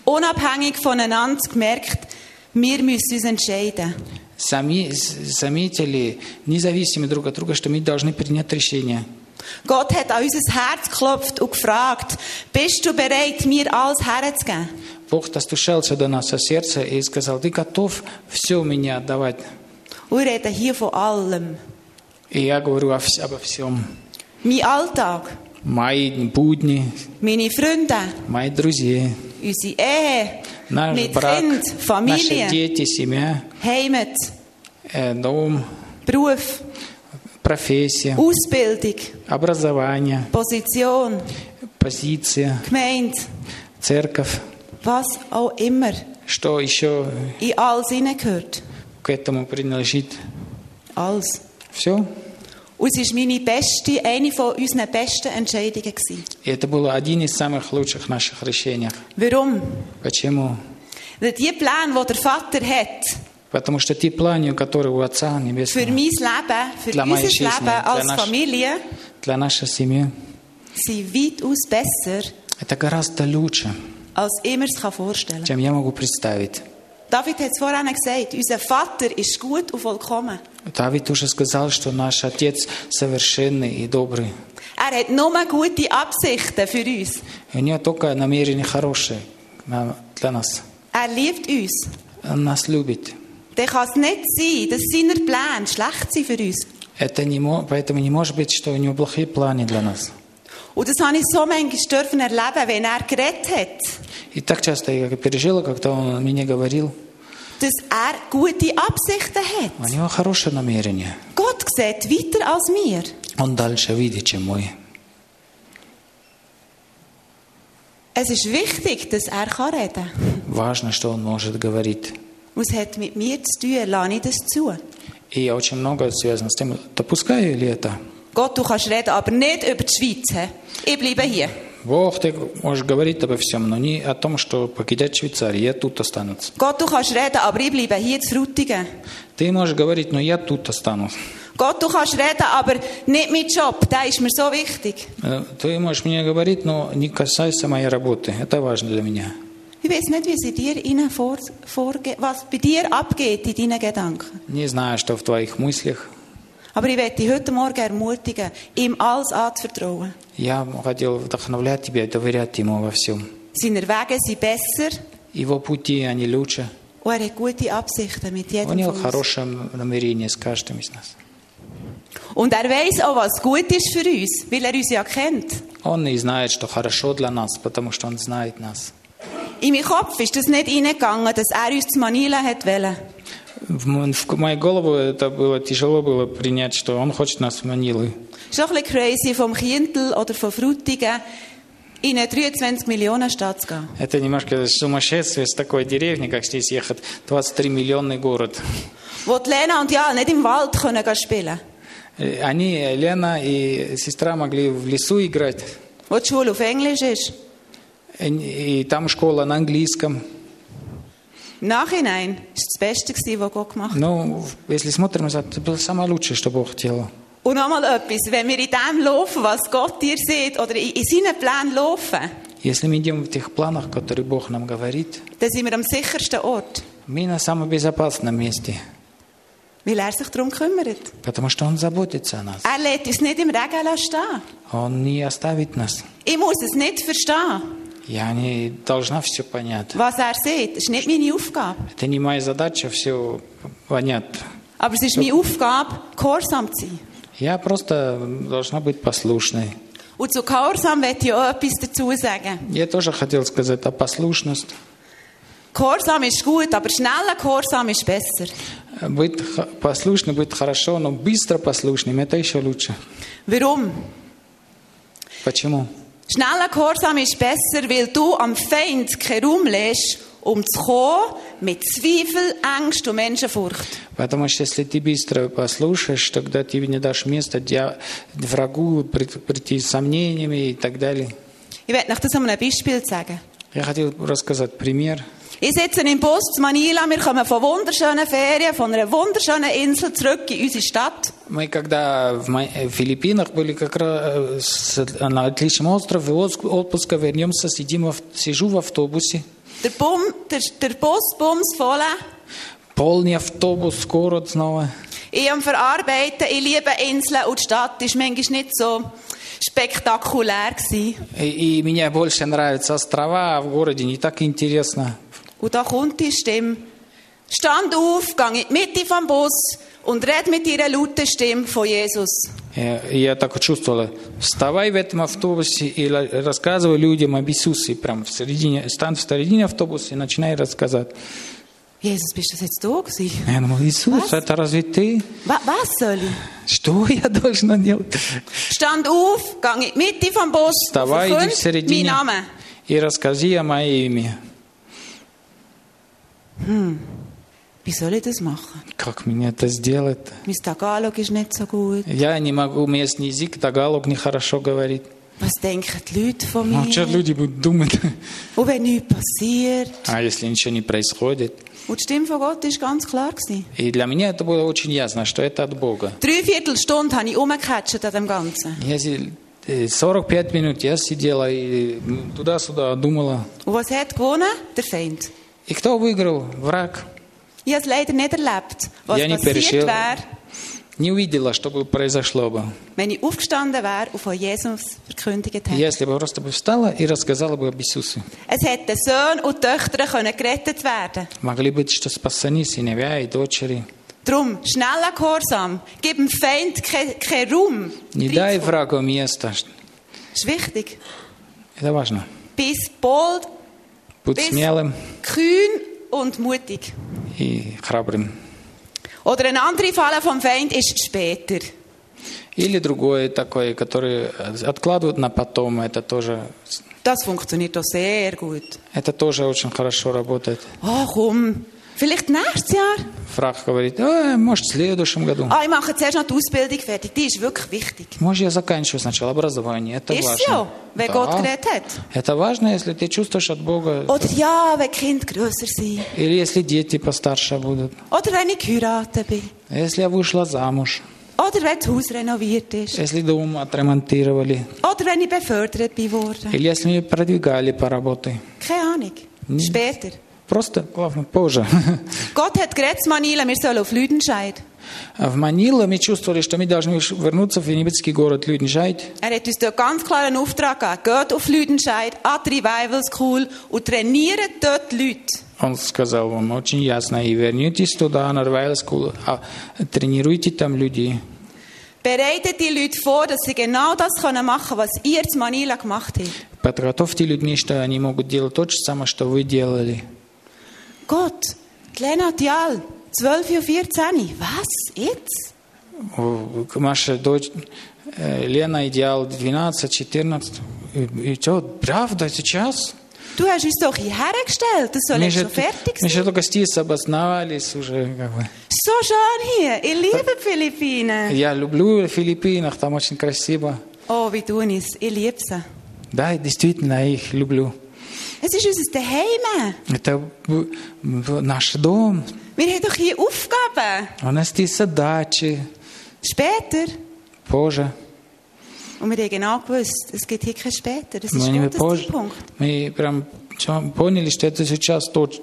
Speaker 3: unabhängig voneinander gemerkt, wir müssen uns entscheiden.
Speaker 2: сами с- заметили, независимо друг от друга, что мы должны принять решение.
Speaker 3: Gott hat an unser Herz geklopft und gefragt, bist du bereit, mir alles herzugeben?
Speaker 2: Бог достучался до нас со сердца и сказал, ты готов все меня отдавать?
Speaker 3: Und wir reden hier von allem.
Speaker 2: И я говорю о вс- обо всем.
Speaker 3: Mein Alltag,
Speaker 2: Мои будни,
Speaker 3: meine Freunde,
Speaker 2: мои друзья,
Speaker 3: unsere Ehe,
Speaker 2: наш
Speaker 3: mit
Speaker 2: брак,
Speaker 3: Kind,
Speaker 2: наши
Speaker 3: Familie,
Speaker 2: дети, семья,
Speaker 3: Heimat,
Speaker 2: э, дом,
Speaker 3: Beruf,
Speaker 2: профессия,
Speaker 3: Ausbildung,
Speaker 2: образование,
Speaker 3: Position,
Speaker 2: позиция,
Speaker 3: Gemeinde,
Speaker 2: церковь,
Speaker 3: was auch immer
Speaker 2: что еще
Speaker 3: in alles hineingehört.
Speaker 2: к этому принадлежит.
Speaker 3: Alles.
Speaker 2: Все.
Speaker 3: Und es war meine beste, eine von unseren besten Entscheidungen. Gewesen.
Speaker 2: И это было один из самых лучших наших решений.
Speaker 3: Warum?
Speaker 2: Почему?
Speaker 3: Weil die Pläne, die der Vater hat,
Speaker 2: Потому что те планы, которые у Отца
Speaker 3: für
Speaker 2: Небесного,
Speaker 3: mein Leben, für
Speaker 2: Dla
Speaker 3: unser
Speaker 2: mojej
Speaker 3: Leben
Speaker 2: Schiessen,
Speaker 3: als
Speaker 2: dla nas-
Speaker 3: Familie,
Speaker 2: для нашей семьи,
Speaker 3: sind weitaus besser,
Speaker 2: это гораздо лучше,
Speaker 3: als ich mir es kann vorstellen kann.
Speaker 2: чем я могу представить.
Speaker 3: David hat es vorhin gesagt, unser Vater ist gut und vollkommen.
Speaker 2: Давид уже сказал, что наш Отец совершенный и добрый.
Speaker 3: Er hat nur gute Absichten für uns.
Speaker 2: И у него только намерения хорошие на- для нас.
Speaker 3: Er liebt uns.
Speaker 2: Он нас любит.
Speaker 3: Dann kann es nicht sein, dass seine Pläne schlecht sind für uns.
Speaker 2: Это не, мо- поэтому не может быть, что у него плохие планы для нас.
Speaker 3: Und das habe ich so manchmal dürfen erleben, wenn er geredet hat,
Speaker 2: И так часто я пережила, когда он мне говорил,
Speaker 3: dass er gute Absichten
Speaker 2: у
Speaker 3: hat.
Speaker 2: него хорошее намерение.
Speaker 3: Gott sieht weiter als wir.
Speaker 2: Он дальше видит, чем мы.
Speaker 3: Es ist wichtig, dass er kann reden kann.
Speaker 2: Важно, что он может говорить.
Speaker 3: Und es hat mit mir zu tun, lasse ich das zu.
Speaker 2: И очень много связано с тем, допускаю ли это.
Speaker 3: Gott, du kannst reden, aber nicht über die Schweiz. hä? Ich bleibe hier.
Speaker 2: Бог, ты можешь говорить обо всем, но не о том, что покидать Швейцарию, я тут останусь.
Speaker 3: Gott, du kannst reden, aber ich bleibe hier in Frutigen.
Speaker 2: Ты можешь говорить, но я тут останусь.
Speaker 3: Gott, du kannst reden, aber nicht mein Job, der ist mir so wichtig.
Speaker 2: Э, Ты можешь мне говорить, но не касайся моей работы. Это важно для меня.
Speaker 3: Ich weiß nicht, wie es in dir innen vor, vorge was bei dir abgeht in deinen Gedanken.
Speaker 2: Не знаю, что в твоих мыслях.
Speaker 3: Aber ich werde dich heute Morgen ermutigen, ihm alles anzuvertrauen.
Speaker 2: Я хотел вдохновлять тебя, доверять ему во всем.
Speaker 3: Seine Wege sind besser
Speaker 2: Его пути, они лучше.
Speaker 3: und er hat gute Absichten mit
Speaker 2: У
Speaker 3: jedem
Speaker 2: него
Speaker 3: von uns.
Speaker 2: хорошее намерение с каждым из нас.
Speaker 3: Und er weiß auch, was gut ist für uns, weil er uns ja kennt.
Speaker 2: Он и знает, что хорошо для нас, потому что он знает нас.
Speaker 3: In meinen Kopf ist das nicht reingegangen, dass er uns zu Manila hat wollen.
Speaker 2: В, м- в мою голову это было тяжело было принять, что он хочет нас в Манилы.
Speaker 3: Ist doch ein bisschen crazy, vom Kindl oder von Frutigen in eine 23-Millionen-Stadt zu gehen.
Speaker 2: Это немножко сумасшествие с такой деревни, как здесь ехать. 23 миллионный город.
Speaker 3: Wo die Lena und Jal nicht im Wald können gehen spielen
Speaker 2: Э, Они, э, Лена и сестра, могли в лесу играть.
Speaker 3: Wo die Schule auf Englisch ist.
Speaker 2: Э, И там школа на английском.
Speaker 3: Im Nachhinein war das Beste, gewesen, was Gott gemacht hat.
Speaker 2: Ну, в- если смотрим назад, это было самое лучшее, что Бог делал.
Speaker 3: Und nochmal etwas, wenn wir in dem laufen, was Gott dir sieht, oder in, in seinen Plänen laufen,
Speaker 2: Если мы идем в тех планах, которые Бог нам говорит,
Speaker 3: dann sind wir am sichersten Ort,
Speaker 2: мы на самом безопасном месте,
Speaker 3: weil er sich darum kümmert.
Speaker 2: потому что Он заботится о нас.
Speaker 3: Er lädt uns nicht im Regen lassen stehen.
Speaker 2: Он не оставит нас.
Speaker 3: Ich muss es nicht verstehen,
Speaker 2: Я не должна все понять.
Speaker 3: was er sieht. Das ist nicht meine Aufgabe.
Speaker 2: Это не моя задача все понять.
Speaker 3: Aber es ist meine Aufgabe, gehorsam zu sein.
Speaker 2: Я просто должна быть послушной.
Speaker 3: Und zu gehorsam möchte ich auch etwas dazu sagen.
Speaker 2: Я тоже хотел сказать а о послушности.
Speaker 3: Gehorsam ist gut, aber schneller Gehorsam ist besser.
Speaker 2: Быть х- послушным, быть хорошо, но быстро послушным – это еще лучше.
Speaker 3: Warum?
Speaker 2: Почему?
Speaker 3: Schneller Gehorsam ist besser, weil du am Feind keinen Raum lässt, um zu kommen mit Zweifel, Angst und Menschenfurcht.
Speaker 2: Потому что если ты быстро послушаешь, тогда ты не дашь места дья- врагу при- прийти с сомнениями и так далее.
Speaker 3: Ich werde euch das an einem Beispiel sagen.
Speaker 2: Я хотел рассказать пример.
Speaker 3: Ich sitze im Bus zu Manila, wir kommen von wunderschönen Ferien, von einer wunderschönen Insel zurück in unsere Stadt.
Speaker 2: Мы когда в Ма- э, в Филиппинах были как раз с- на отличном острове отск- отпуска, вернемся, сидим, в ав- сижу в автобусе,
Speaker 3: Der, Bum, der, der Bus bums voll.
Speaker 2: полный автобус, город снова.
Speaker 3: Ich am Verarbeiten, ich liebe Inseln und die Stadt ist manchmal nicht so spektakulär gewesen.
Speaker 2: И, и мне больше нравятся острова, а в городе не так интересно.
Speaker 3: Und da kommt die Stimme. Stand auf, gang in die Mitte vom Bus und red mit ihrer lauten Stimme von Jesus.
Speaker 2: Э, и Я так чувствовала. Вставай в этом автобусе и ла- рассказывай людям об Иисусе. Прям в середине, стань в середине автобуса и начинай рассказать.
Speaker 3: Jesus, bist das jetzt du gewesen?
Speaker 2: Я думала, Иисус,
Speaker 3: Вас?
Speaker 2: это разве ты?
Speaker 3: Wa- Was soll ich?
Speaker 2: Что я должна делать?
Speaker 3: Stand auf, gang in die Mitte vom Bus und
Speaker 2: Вставай, иди в
Speaker 3: verkünd meinen
Speaker 2: середине
Speaker 3: Namen.
Speaker 2: и расскажи о моей имя.
Speaker 3: Wie soll ich das machen?
Speaker 2: Как мне это сделать?
Speaker 3: Mein Tagalog ist nicht so gut.
Speaker 2: Я не могу, местный язык, тагалог нехорошо говорит.
Speaker 3: Was denken die Leute von mir?
Speaker 2: Ну, что люди будут думать?
Speaker 3: Und wenn nichts passiert?
Speaker 2: А если ничего не происходит?
Speaker 3: Und die Stimme von Gott war ganz klar. Gewesen.
Speaker 2: И для меня это было очень ясно, что это от Бога.
Speaker 3: Drei Viertelstunde habe ich umgekatscht an dem Ganzen.
Speaker 2: Я си- э, 45 минут я сидела и м, туда-сюда думала.
Speaker 3: Und was hat gewonnen? Der Feind.
Speaker 2: И кто выиграл? Враг.
Speaker 3: Ich habe es leider nicht erlebt, was
Speaker 2: Ja, nicht
Speaker 3: passiert
Speaker 2: perischiert.
Speaker 3: wäre,
Speaker 2: Не увидела, что бы произошло бы.
Speaker 3: wenn ich aufgestanden wäre und von Jesus verkündigt hätte.
Speaker 2: Если бы просто бы встала и рассказала бы об Иисусе.
Speaker 3: Es hätten Söhne und Töchter können gerettet werden
Speaker 2: Могли быть, что спасены сыновья и дочери.
Speaker 3: Darum, schneller Gehorsam. Gib dem Feind keinen kein Raum.
Speaker 2: Не дай
Speaker 3: reinzukommen.
Speaker 2: врагу места.
Speaker 3: ist wichtig.
Speaker 2: Это важно.
Speaker 3: Bis bold,
Speaker 2: Будь
Speaker 3: Bis-
Speaker 2: смелым
Speaker 3: kühn und mutig.
Speaker 2: и храбрым.
Speaker 3: Oder eine andere Falle vom Feind ist später.
Speaker 2: Или другое такое, которое э, откладывают на потом, это тоже,
Speaker 3: Das funktioniert auch sehr gut.
Speaker 2: это тоже очень хорошо работает.
Speaker 3: Ah komm, Vielleicht nächstes Jahr.
Speaker 2: Фрах говорит, «Э, может, в следующем году.
Speaker 3: Ah, ich mache zuerst noch die Ausbildung fertig. Die ist wirklich wichtig.
Speaker 2: Может, я заканчиваю сначала образование. Это
Speaker 3: Ist
Speaker 2: важно.
Speaker 3: es ja, wenn
Speaker 2: Да.
Speaker 3: Gott geredet hat.
Speaker 2: Это важно, если ты чувствуешь от Бога,
Speaker 3: Oder ja, wenn die Kinder grösser sind.
Speaker 2: или если дети постарше будут,
Speaker 3: Oder wenn ich geheiratet bin.
Speaker 2: если я вышла замуж,
Speaker 3: Oder wenn das Haus renoviert ist.
Speaker 2: если дом отремонтировали,
Speaker 3: Oder wenn ich befördert bin worden.
Speaker 2: или если меня продвигали по работе.
Speaker 3: Keine Ahnung. Später.
Speaker 2: Просто, главное, позже.
Speaker 3: Gott hat geredet, Manila, wir sollen auf Leute entscheiden.
Speaker 2: А В Манила мы чувствовали, что мы должны вернуться в финикийский город Люденжайт.
Speaker 3: Er hat uns dort ganz klar einen Auftrag gegeben. Geht auf Lüdenscheid, an die Revival School und trainiert dort die Leute.
Speaker 2: Он сказал вам очень ясно, и вернитесь туда, на Royal School, а тренируйте там людей.
Speaker 3: Bereitet die Leute vor, dass sie genau das können machen was ihr in Manila gemacht habt.
Speaker 2: Подготовьте людьми, что они могут делать то же самое, что вы делали.
Speaker 3: Gott, die Lena Dial, 12 und 14. Was? Jetzt?
Speaker 2: У- к- Маша, дочь, э, Лена, идеал 12, 14. И, и чё, правда, сейчас?
Speaker 3: Du hast uns doch hierher gestellt, das soll
Speaker 2: Мы
Speaker 3: jetzt
Speaker 2: же,
Speaker 3: schon fertig
Speaker 2: мы
Speaker 3: sein.
Speaker 2: же только здесь обосновались уже. Как бы.
Speaker 3: So schön hier, ich liebe die Philippinen.
Speaker 2: Я люблю Филиппинах, там очень красиво.
Speaker 3: Oh, wie tun es, ich liebe sie.
Speaker 2: Да, действительно, я их люблю.
Speaker 3: Es ist unser Daheim.
Speaker 2: Это б- б- наш дом, а
Speaker 3: Wir haben doch hier Aufgaben.
Speaker 2: у нас здесь задачи,
Speaker 3: Später.
Speaker 2: позже.
Speaker 3: Und wir haben genau gewusst, es gibt hier kein Später. Das ist
Speaker 2: Мы, не
Speaker 3: ein guter
Speaker 2: позже.
Speaker 3: Zeitpunkt.
Speaker 2: мы прям чё- поняли, что это сейчас, точ-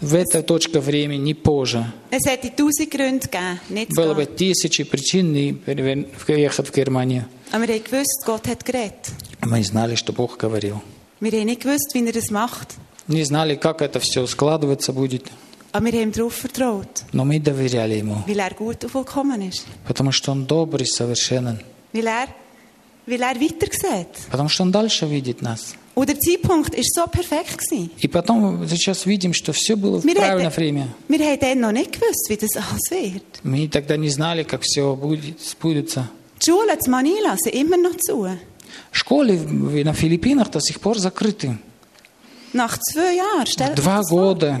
Speaker 2: в этой точке времени, не позже.
Speaker 3: Es hätte tausend Gründe gegeben, nicht zu
Speaker 2: Было бы
Speaker 3: gehen.
Speaker 2: тысячи причин не перевер- ехать в Германию.
Speaker 3: Aber wir haben gewusst, Gott hat geredet.
Speaker 2: Мы знали, что Бог говорил.
Speaker 3: Wir haben nicht gewusst, wie er das macht.
Speaker 2: Не знали, как это все складываться будет,
Speaker 3: Aber wir haben darauf vertraut,
Speaker 2: но мы доверяли Ему,
Speaker 3: weil er gut und vollkommen ist.
Speaker 2: потому что Он добрый, совершенен,
Speaker 3: Weil er, weil er weiter sieht.
Speaker 2: потому что Он дальше видит нас.
Speaker 3: Und der Zeitpunkt war so perfekt. Gewesen.
Speaker 2: И потом сейчас видим, что все было в
Speaker 3: Wir,
Speaker 2: правильное
Speaker 3: haben,
Speaker 2: время.
Speaker 3: wir haben dann noch nicht gewusst, wie das alles wird.
Speaker 2: Мы тогда не знали, как все будет, сбудется.
Speaker 3: Die Schulen in Manila sind immer noch zu.
Speaker 2: Школы в- на Филиппинах до сих пor закрыты.
Speaker 3: Nach zwei Jahren. Stell dir
Speaker 2: Два
Speaker 3: das vor.
Speaker 2: года.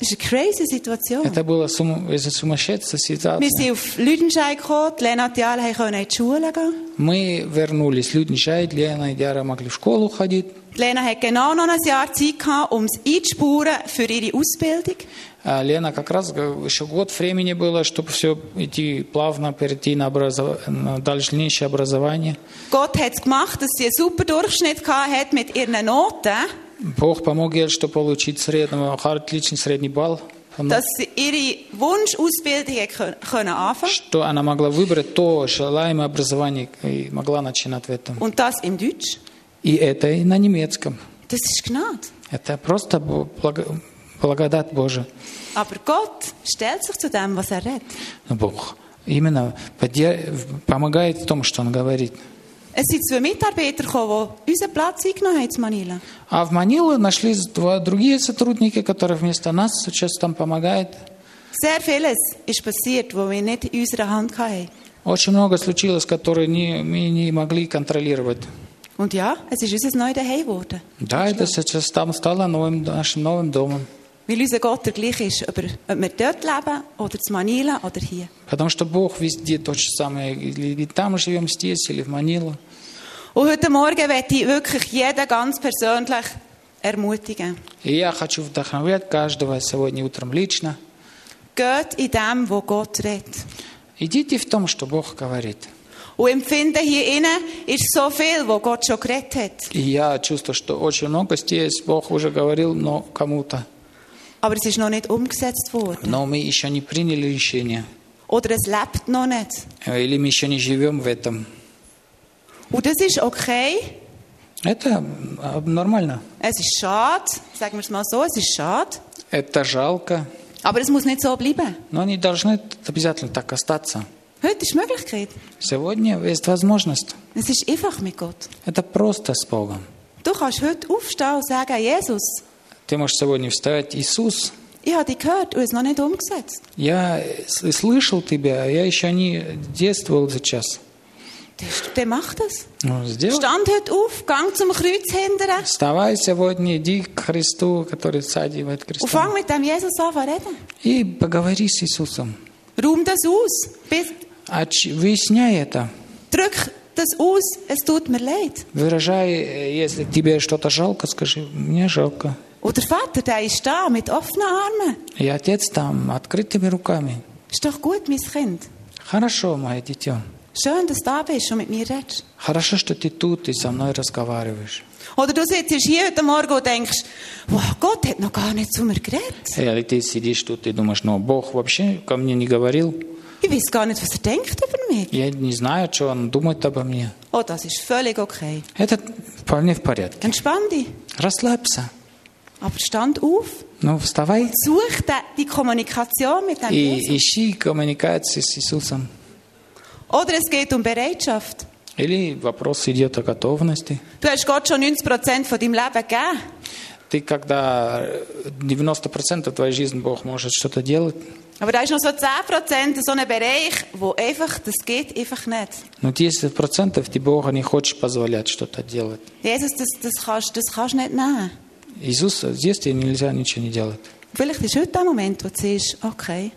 Speaker 3: Das ist eine crazy Situation.
Speaker 2: Это была сум- это сумасшедшая
Speaker 3: Wir
Speaker 2: ситуация.
Speaker 3: sind auf Lüdenscheid gekommen, die Lena und die Jale konnten in die Schule gehen.
Speaker 2: Мы вернулись. Люди чай, Лена и Диара могли в школу ходить.
Speaker 3: Die Lena hatte genau noch ein Jahr Zeit, gehabt, um es einzuspuren für ihre Ausbildung.
Speaker 2: А Лена как раз г- еще год времени было, чтобы все идти плавно, перейти на, образов- на дальнейшее образование.
Speaker 3: Gott hat es gemacht, dass sie einen super Durchschnitt gehabt hat mit ihren Noten,
Speaker 2: Бог помог ей, чтобы получить среднего, отличный средний балл, Она-
Speaker 3: dass sie ihre Wunschausbildung hat können- können anfangen
Speaker 2: что она могла выбрать то желаемое образование и могла начинать в этом.
Speaker 3: Und das im Deutsch.
Speaker 2: И это и на немецком.
Speaker 3: Das ist Gnade.
Speaker 2: Это просто бо- благо- благодать Божия.
Speaker 3: Aber Gott stellt sich zu dem, was er redet.
Speaker 2: Но Бог именно поддер- помогает в том, что Он говорит.
Speaker 3: Es sind zwei Mitarbeiter gekommen, die unseren Platz eingenommen haben in Manila.
Speaker 2: А в Манилу нашлись два другие сотрудники, которые вместо нас сейчас там помогают.
Speaker 3: Sehr vieles ist passiert, was wir nicht in unserer Hand hatten.
Speaker 2: Очень много случилось, которые не, мы не могли контролировать.
Speaker 3: Und ja, es ist unser neues Heim geworden.
Speaker 2: Да, это сейчас там стало новым, нашим новым домом.
Speaker 3: Weil unser Gott der gleiche ist, ob, er, ob wir dort leben oder zu Manila oder hier.
Speaker 2: Потому что Бог везде тот же самый. Или там живем здесь, или в Манилу.
Speaker 3: Und heute Morgen möchte ich wirklich jeden ganz persönlich ermutigen.
Speaker 2: И я хочу вдохновлять каждого сегодня утром лично.
Speaker 3: Geht in dem, wo Gott redet.
Speaker 2: Идите в том, что Бог говорит.
Speaker 3: Und empfinden hier innen ist so viel, wo Gott schon geredet hat.
Speaker 2: И я чувствую, что очень много здесь Бог уже говорил, но кому-то.
Speaker 3: Aber es ist noch nicht umgesetzt worden.
Speaker 2: Но мы еще не приняли решение. э,
Speaker 3: Oder es lebt noch nicht.
Speaker 2: Или мы еще не живем в этом.
Speaker 3: Und das ist okay.
Speaker 2: Это э, нормально.
Speaker 3: Es ist schade. Sagen wir es mal so, es ist schade.
Speaker 2: Это жалко.
Speaker 3: Aber es muss nicht so bleiben.
Speaker 2: Но они должны обязательно так остаться.
Speaker 3: Heute ist die Möglichkeit.
Speaker 2: Сегодня есть возможность.
Speaker 3: Es ist einfach mit Gott.
Speaker 2: Это просто с Богом.
Speaker 3: Du kannst heute aufstehen und sagen, Jesus,
Speaker 2: Ты можешь сегодня встать. Иисус,
Speaker 3: ich habe dich gehört und es noch nicht umgesetzt.
Speaker 2: а я с- слышал тебя, я еще не действовал сейчас.
Speaker 3: Der, ist- der macht das.
Speaker 2: Ну, сделай.
Speaker 3: Stand heute auf, gang zum Kreuz hindern
Speaker 2: Вставай сегодня, иди к Христу, который садивает
Speaker 3: und fang
Speaker 2: крестом.
Speaker 3: mit dem Jesus an zu reden.
Speaker 2: И поговори с Иисусом.
Speaker 3: Raum das aus. Bis,
Speaker 2: Оч- Выясняй это.
Speaker 3: drück das aus, es tut mir leid.
Speaker 2: Выражай, э, если тебе что-то жалко, skажи, мне жалко.
Speaker 3: Und der Vater, der ist da mit offenen Armen.
Speaker 2: И отец там, открытыми руками.
Speaker 3: Ist doch gut, mein Kind.
Speaker 2: Хорошо, мое дитя.
Speaker 3: Schön, dass du da bist und mit mir redest.
Speaker 2: Хорошо, что ты тут и со мной разговариваешь.
Speaker 3: Oder du sitzt hier heute Morgen und denkst, wow, Gott hat noch gar nicht zu mir geredet.
Speaker 2: Или ты сидишь тут и думаешь, ну, Бог вообще ко мне не говорил.
Speaker 3: Ich weiß gar nicht, was er denkt über mich.
Speaker 2: Я не знаю, что Он думает обо мне.
Speaker 3: Oh, das ist völlig okay.
Speaker 2: Это вполне в порядке.
Speaker 3: Entspann dich.
Speaker 2: Расслабься.
Speaker 3: Aber stand auf.
Speaker 2: Ну, вставай
Speaker 3: Such den- die Kommunikation mit dem Jesus.
Speaker 2: и ищи коммуникации с Иисусом.
Speaker 3: Oder es geht um Bereitschaft.
Speaker 2: Или вопрос идет о готовности.
Speaker 3: Du hast Gott schon 90% von deinem Leben gegeben.
Speaker 2: Ты когда э, 90% твоей жизни Бог может что-то делать,
Speaker 3: Aber da ist noch so 10% so ein Bereich, wo einfach, das geht einfach nicht.
Speaker 2: но 10% ты Бога не хочешь позволять что-то делать.
Speaker 3: Jesus, das, das, kannst, das kannst du nicht nehmen.
Speaker 2: Иисус, здесь тебе nельзя ничего не делать.
Speaker 3: Vielleicht ist heute der Moment, wo du siehst, okay,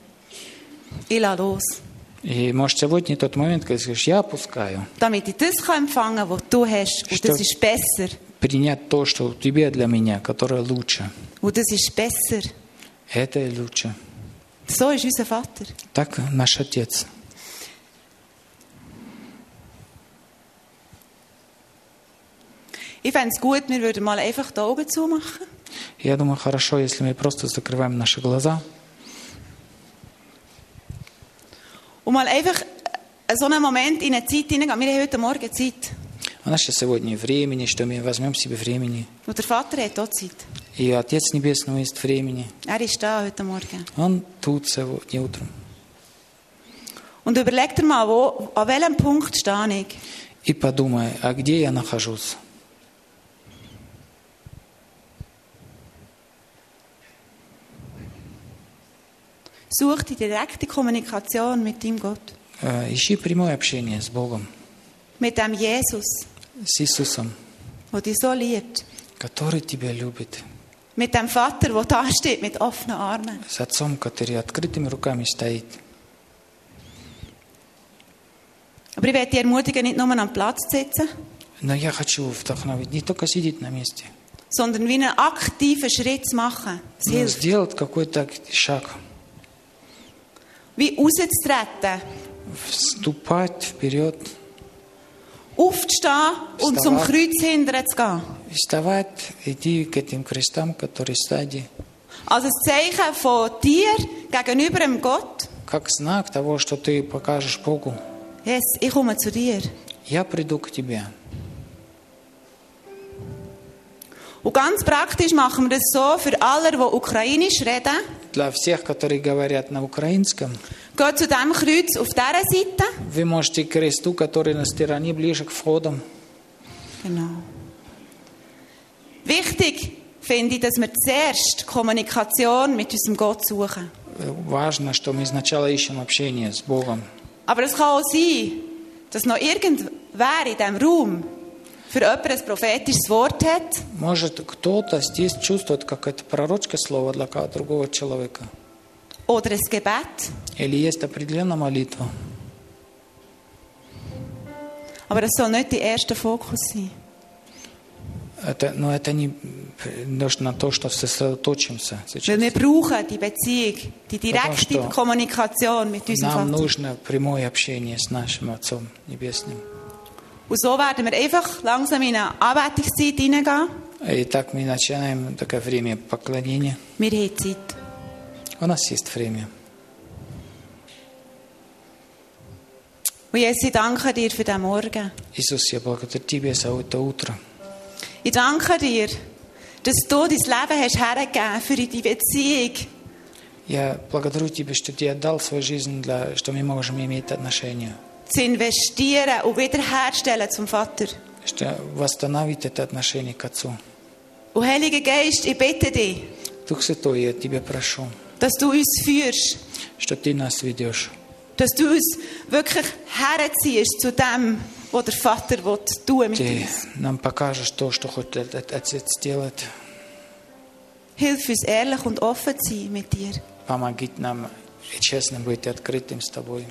Speaker 3: ich lasse los.
Speaker 2: И может сегодня тот момент, когда ты скажешь, я опускаю,
Speaker 3: Damit ich das kann empfangen kann, was du hast. Und das
Speaker 2: Stimmt.
Speaker 3: ist besser.
Speaker 2: принять то, что у тебя для меня, которое лучше.
Speaker 3: Und das ist besser.
Speaker 2: Это и лучше.
Speaker 3: So ist unser Vater.
Speaker 2: Так наш Отец.
Speaker 3: Ich fände es gut, wir würden mal einfach die Augen zumachen.
Speaker 2: Я думаю, хорошо, если мы просто закрываем наши глаза
Speaker 3: Und mal einfach äh, so einen Moment in eine Zeit hineingehen. Wir haben heute Morgen Zeit.
Speaker 2: У нас сейчас сегодня времени, что мы возьмем себе времени.
Speaker 3: Und der Vater hat auch Zeit.
Speaker 2: И Отец Небесного есть времени.
Speaker 3: Er ist da heute Morgen.
Speaker 2: Он тут сегодня утром.
Speaker 3: Und überleg dir mal, wo, an welchem Punkt stehe ich?
Speaker 2: И подумай, а где я нахожусь?
Speaker 3: Such die direkte Kommunikation mit deinem Gott.
Speaker 2: Э, Ищи прямое общение с Богом,
Speaker 3: Mit dem Jesus,
Speaker 2: с Иисусом,
Speaker 3: der dich so liebt.
Speaker 2: который тебя любит,
Speaker 3: Mit dem Vater, der da steht mit offenen Armen.
Speaker 2: с Отцом, который открытыми руками стоит.
Speaker 3: Aber ich werde dich ermutigen, nicht nur am Platz zu sitzen,
Speaker 2: Но я хочу вдохновить не только сидеть на месте,
Speaker 3: sondern wie einen aktiven Schritt zu machen. Es
Speaker 2: но
Speaker 3: hilft.
Speaker 2: сделать какой-то шаг,
Speaker 3: Wie rauszutreten,
Speaker 2: вступать вперед,
Speaker 3: aufzustehen und
Speaker 2: Wstehen.
Speaker 3: zum Kreuz hindern zu gehen.
Speaker 2: вставать, идти к этим крестам, которые стадии,
Speaker 3: Also ein Zeichen von dir gegenüber dem Gott.
Speaker 2: как знак того, что ты покажешь Богу,
Speaker 3: Jesus, ich komme zu dir.
Speaker 2: я приду к тебе.
Speaker 3: Und ganz praktisch machen wir das so für alle, die ukrainisch reden.
Speaker 2: Для всех, которые говорят на украинском,
Speaker 3: Geht zu dem Kreuz auf dieser Seite.
Speaker 2: вы можете к кресту, который на стороне ближе к входам.
Speaker 3: Genau. Wichtig finde ich, dass wir zuerst die Kommunikation mit unserem Gott suchen.
Speaker 2: Э, Важно, что мы сначала ищем общение с Богом.
Speaker 3: Aber es kann auch sein, dass noch irgendwer in diesem Raum für jemanden ein prophetisches Wort hat.
Speaker 2: Может, кто-то здесь чувствует какое-то пророческое слово для ка- другого человека.
Speaker 3: Oder ein Gebet.
Speaker 2: Или есть определенная молитва.
Speaker 3: Aber das soll nicht der erste Fokus sein.
Speaker 2: Это, но это не п- лишь на то, что сосредоточимся сейчас.
Speaker 3: Weil wir brauchen die Beziehung, die direkte
Speaker 2: Verstanden.
Speaker 3: Kommunikation mit
Speaker 2: Нам
Speaker 3: unserem Vater.
Speaker 2: нужно прямое общение с нашим Отцом Небесным.
Speaker 3: Und so werden wir einfach langsam in eine Anbetungszeit hineingehen.
Speaker 2: И так мы начинаем такое время поклонения.
Speaker 3: Wir haben Zeit.
Speaker 2: У нас есть время.
Speaker 3: Und Jesus, ich danke dir für diesen Morgen.
Speaker 2: Иисус, я благодарю Тебя за это утро.
Speaker 3: Ich danke dir, dass du dein Leben hast hergegeben für die Beziehung
Speaker 2: Я благодарю Тебя, что Ты отдал свою жизнь, для, что мы можем иметь отношения,
Speaker 3: zu investieren und wiederherstellen zum Vater.
Speaker 2: что восстановить это отношение к Отцу.
Speaker 3: Und Heiliger Geist, ich bitte dich,
Speaker 2: Дух Святой, я Тебя прошу,
Speaker 3: dass du uns führst.
Speaker 2: что Ты нас ведешь.
Speaker 3: Du dass du uns wirklich herziehst zu dem, was der Vater will, tun mit
Speaker 2: Ты
Speaker 3: uns.
Speaker 2: нам покажешь то, что хочет этот- этот Отец сделать.
Speaker 3: Hilf uns, ehrlich und offen zu sein mit dir.
Speaker 2: Помоги нам честным быть и открытым с Тобой.